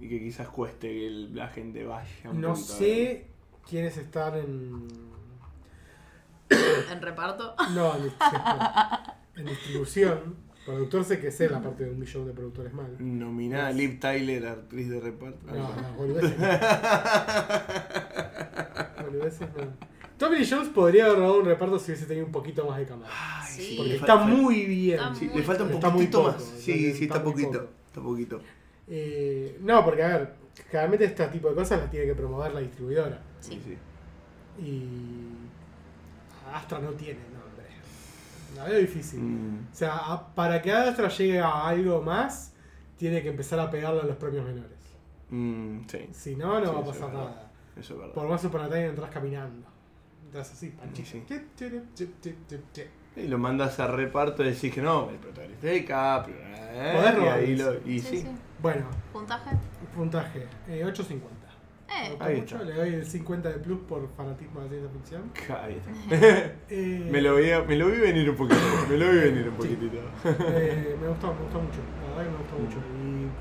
Y que quizás cueste que el- la gente vaya. a un
No
punto de-
sé quiénes están en. Mm.
En reparto.
No, en, dist- en distribución. Productor sé que sé la parte de un millón de productores mal.
Nominada a Liv Tyler, actriz de reparto.
No, no, boludeces. no. Boludeces no. Tommy Lee Jones podría haber robado un reparto si hubiese tenido un poquito más de cámara.
Ay,
Sí.
Porque
le
está
falta-
muy bien.
Está
Sí, le falta un
Está muy
poquito
poco,
más.
está-
Sí, sí, está
está muy
poquito.
poco.
Está poquito.
Eh, no, porque a ver, generalmente este tipo de cosas las tiene que promover la distribuidora.
Sí.
Sí, sí.
Y. Astra no tiene nombre. La veo difícil.
Mm,
O sea, a- para que Astra llegue a algo más, tiene que empezar a pegarlo a los premios menores.
mm, sí,
Si no, no
Sí,
va a
eso
pasar
es verdad.
nada.
eso es verdad.
Por más Upon a Time entras caminando. Entras así, panchito.
Sí, sí.
Chip, chirip, chip, chip, chip, chip.
Y lo mandas a reparto y decís que no, el protagonista es DiCaprio. ¿eh?
Podés
Y ahí
robarles.
lo- y sí.
Bueno,
¿Puntaje?
puntaje: eh, 8.50. Me
Eh.
gustó
Ahí
mucho,
está.
Le doy el 50 de plus por fanatismo de la ciencia ficción.
Ca- ahí está.
Eh,
Me lo, vi, me lo vi venir un poquito. Me lo vi venir un poquitito.
Eh, me gustó, me gustó mucho. La verdad que me gustó mucho.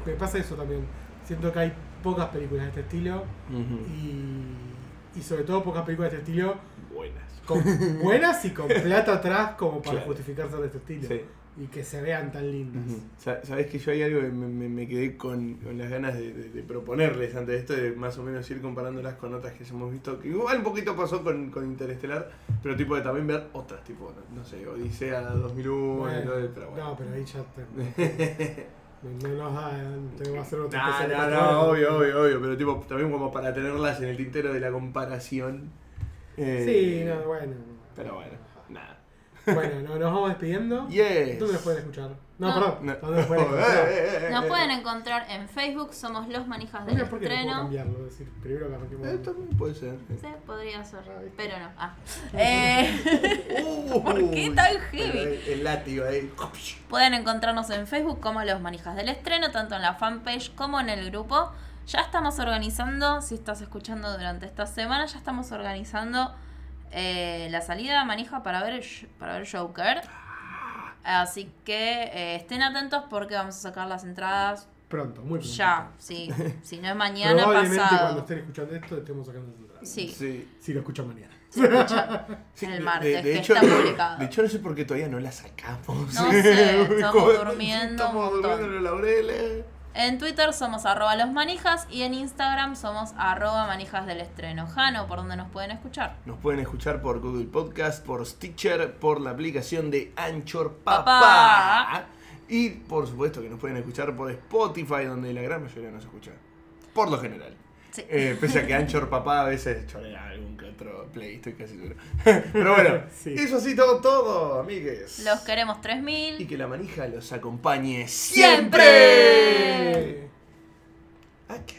Y me pasa eso también. Siento que hay pocas películas de este estilo
Ujú.
y, y sobre todo pocas películas de este estilo
Buenas.
con buenas y con plata atrás como para
Claro.
justificarse de este estilo.
Sí.
Y que se vean tan lindas.
Ujú. Sa- Sabes que yo hay algo que me, me- me quedé con, con las ganas de, de- de proponerles antes de esto, de más o menos ir comparándolas con otras que ya hemos visto, que igual un poquito pasó con, con Interestelar, pero tipo de también ver otras, tipo, no, no sé, Odisea 2001,
Bueno,
y todo el- pero bueno.
No, pero ahí ya te, no, no nos da, te voy a hacer otro
No,
especial
no,
de
no,
cuatro horas.
obvio, obvio, obvio, pero tipo, también como para tenerlas en el tintero de la comparación. Eh,
Sí, no, bueno.
Pero bueno, nada.
Bueno, no, nos vamos despidiendo.
Yes.
¿Dónde nos pueden escuchar? No,
No.
perdón.
No.
¿Dónde nos pueden escuchar?
Eh, eh, eh,
Nos
eh.
pueden encontrar en Facebook, somos los manijas del
Mira, ¿por qué no puedo
estreno.
cambiarlo? Es decir, primero que arranquemos.
Eh, también puede ser.
Sí, podría ser,
Ay.
pero no. Ah. Eh, ¿Por qué
Uy,
tan heavy?
pero Uh. El, el látigo ahí.
pueden encontrarnos en Facebook como los manijas del estreno, tanto en la fanpage como en el grupo. Ya estamos organizando, si estás escuchando durante esta semana, ya estamos organizando eh, la salida de manija para ver, el sh- para ver Joker. Así que eh, estén atentos porque vamos a sacar las entradas
Pronto, muy pronto.
ya. Sí, si no es mañana,
Probablemente
pasado.
cuando estén escuchando esto estemos sacando las entradas.
Sí.
Sí.
Si lo escuchan mañana.
Se escucha
Sí,
el
de-
martes,
de- de
que
hecho-
está publicado.
De hecho, no sé por qué todavía no la sacamos.
No sé, estamos
Como-
durmiendo un
Estamos
montón.
durmiendo en eh. los laureles.
En Twitter somos arroba los manijas y en Instagram somos arroba manijas del estreno. Jano, por donde nos pueden escuchar.
Nos pueden escuchar por Google Podcast, por Stitcher, por la aplicación de Anchor Papá.
Papá.
Y por supuesto que nos pueden escuchar por Spotify, donde la gran mayoría nos escucha. Por lo general.
Sí.
Eh, pese a que Anchor Papá a veces chorea algún que otro play, estoy casi seguro. Pero bueno,
Sí.
eso ha sido todo, amigues.
Los queremos
Y
3000.
que la manija los acompañe
¡Siempre!
siempre.
Eh,
Ah, ¿qué hace?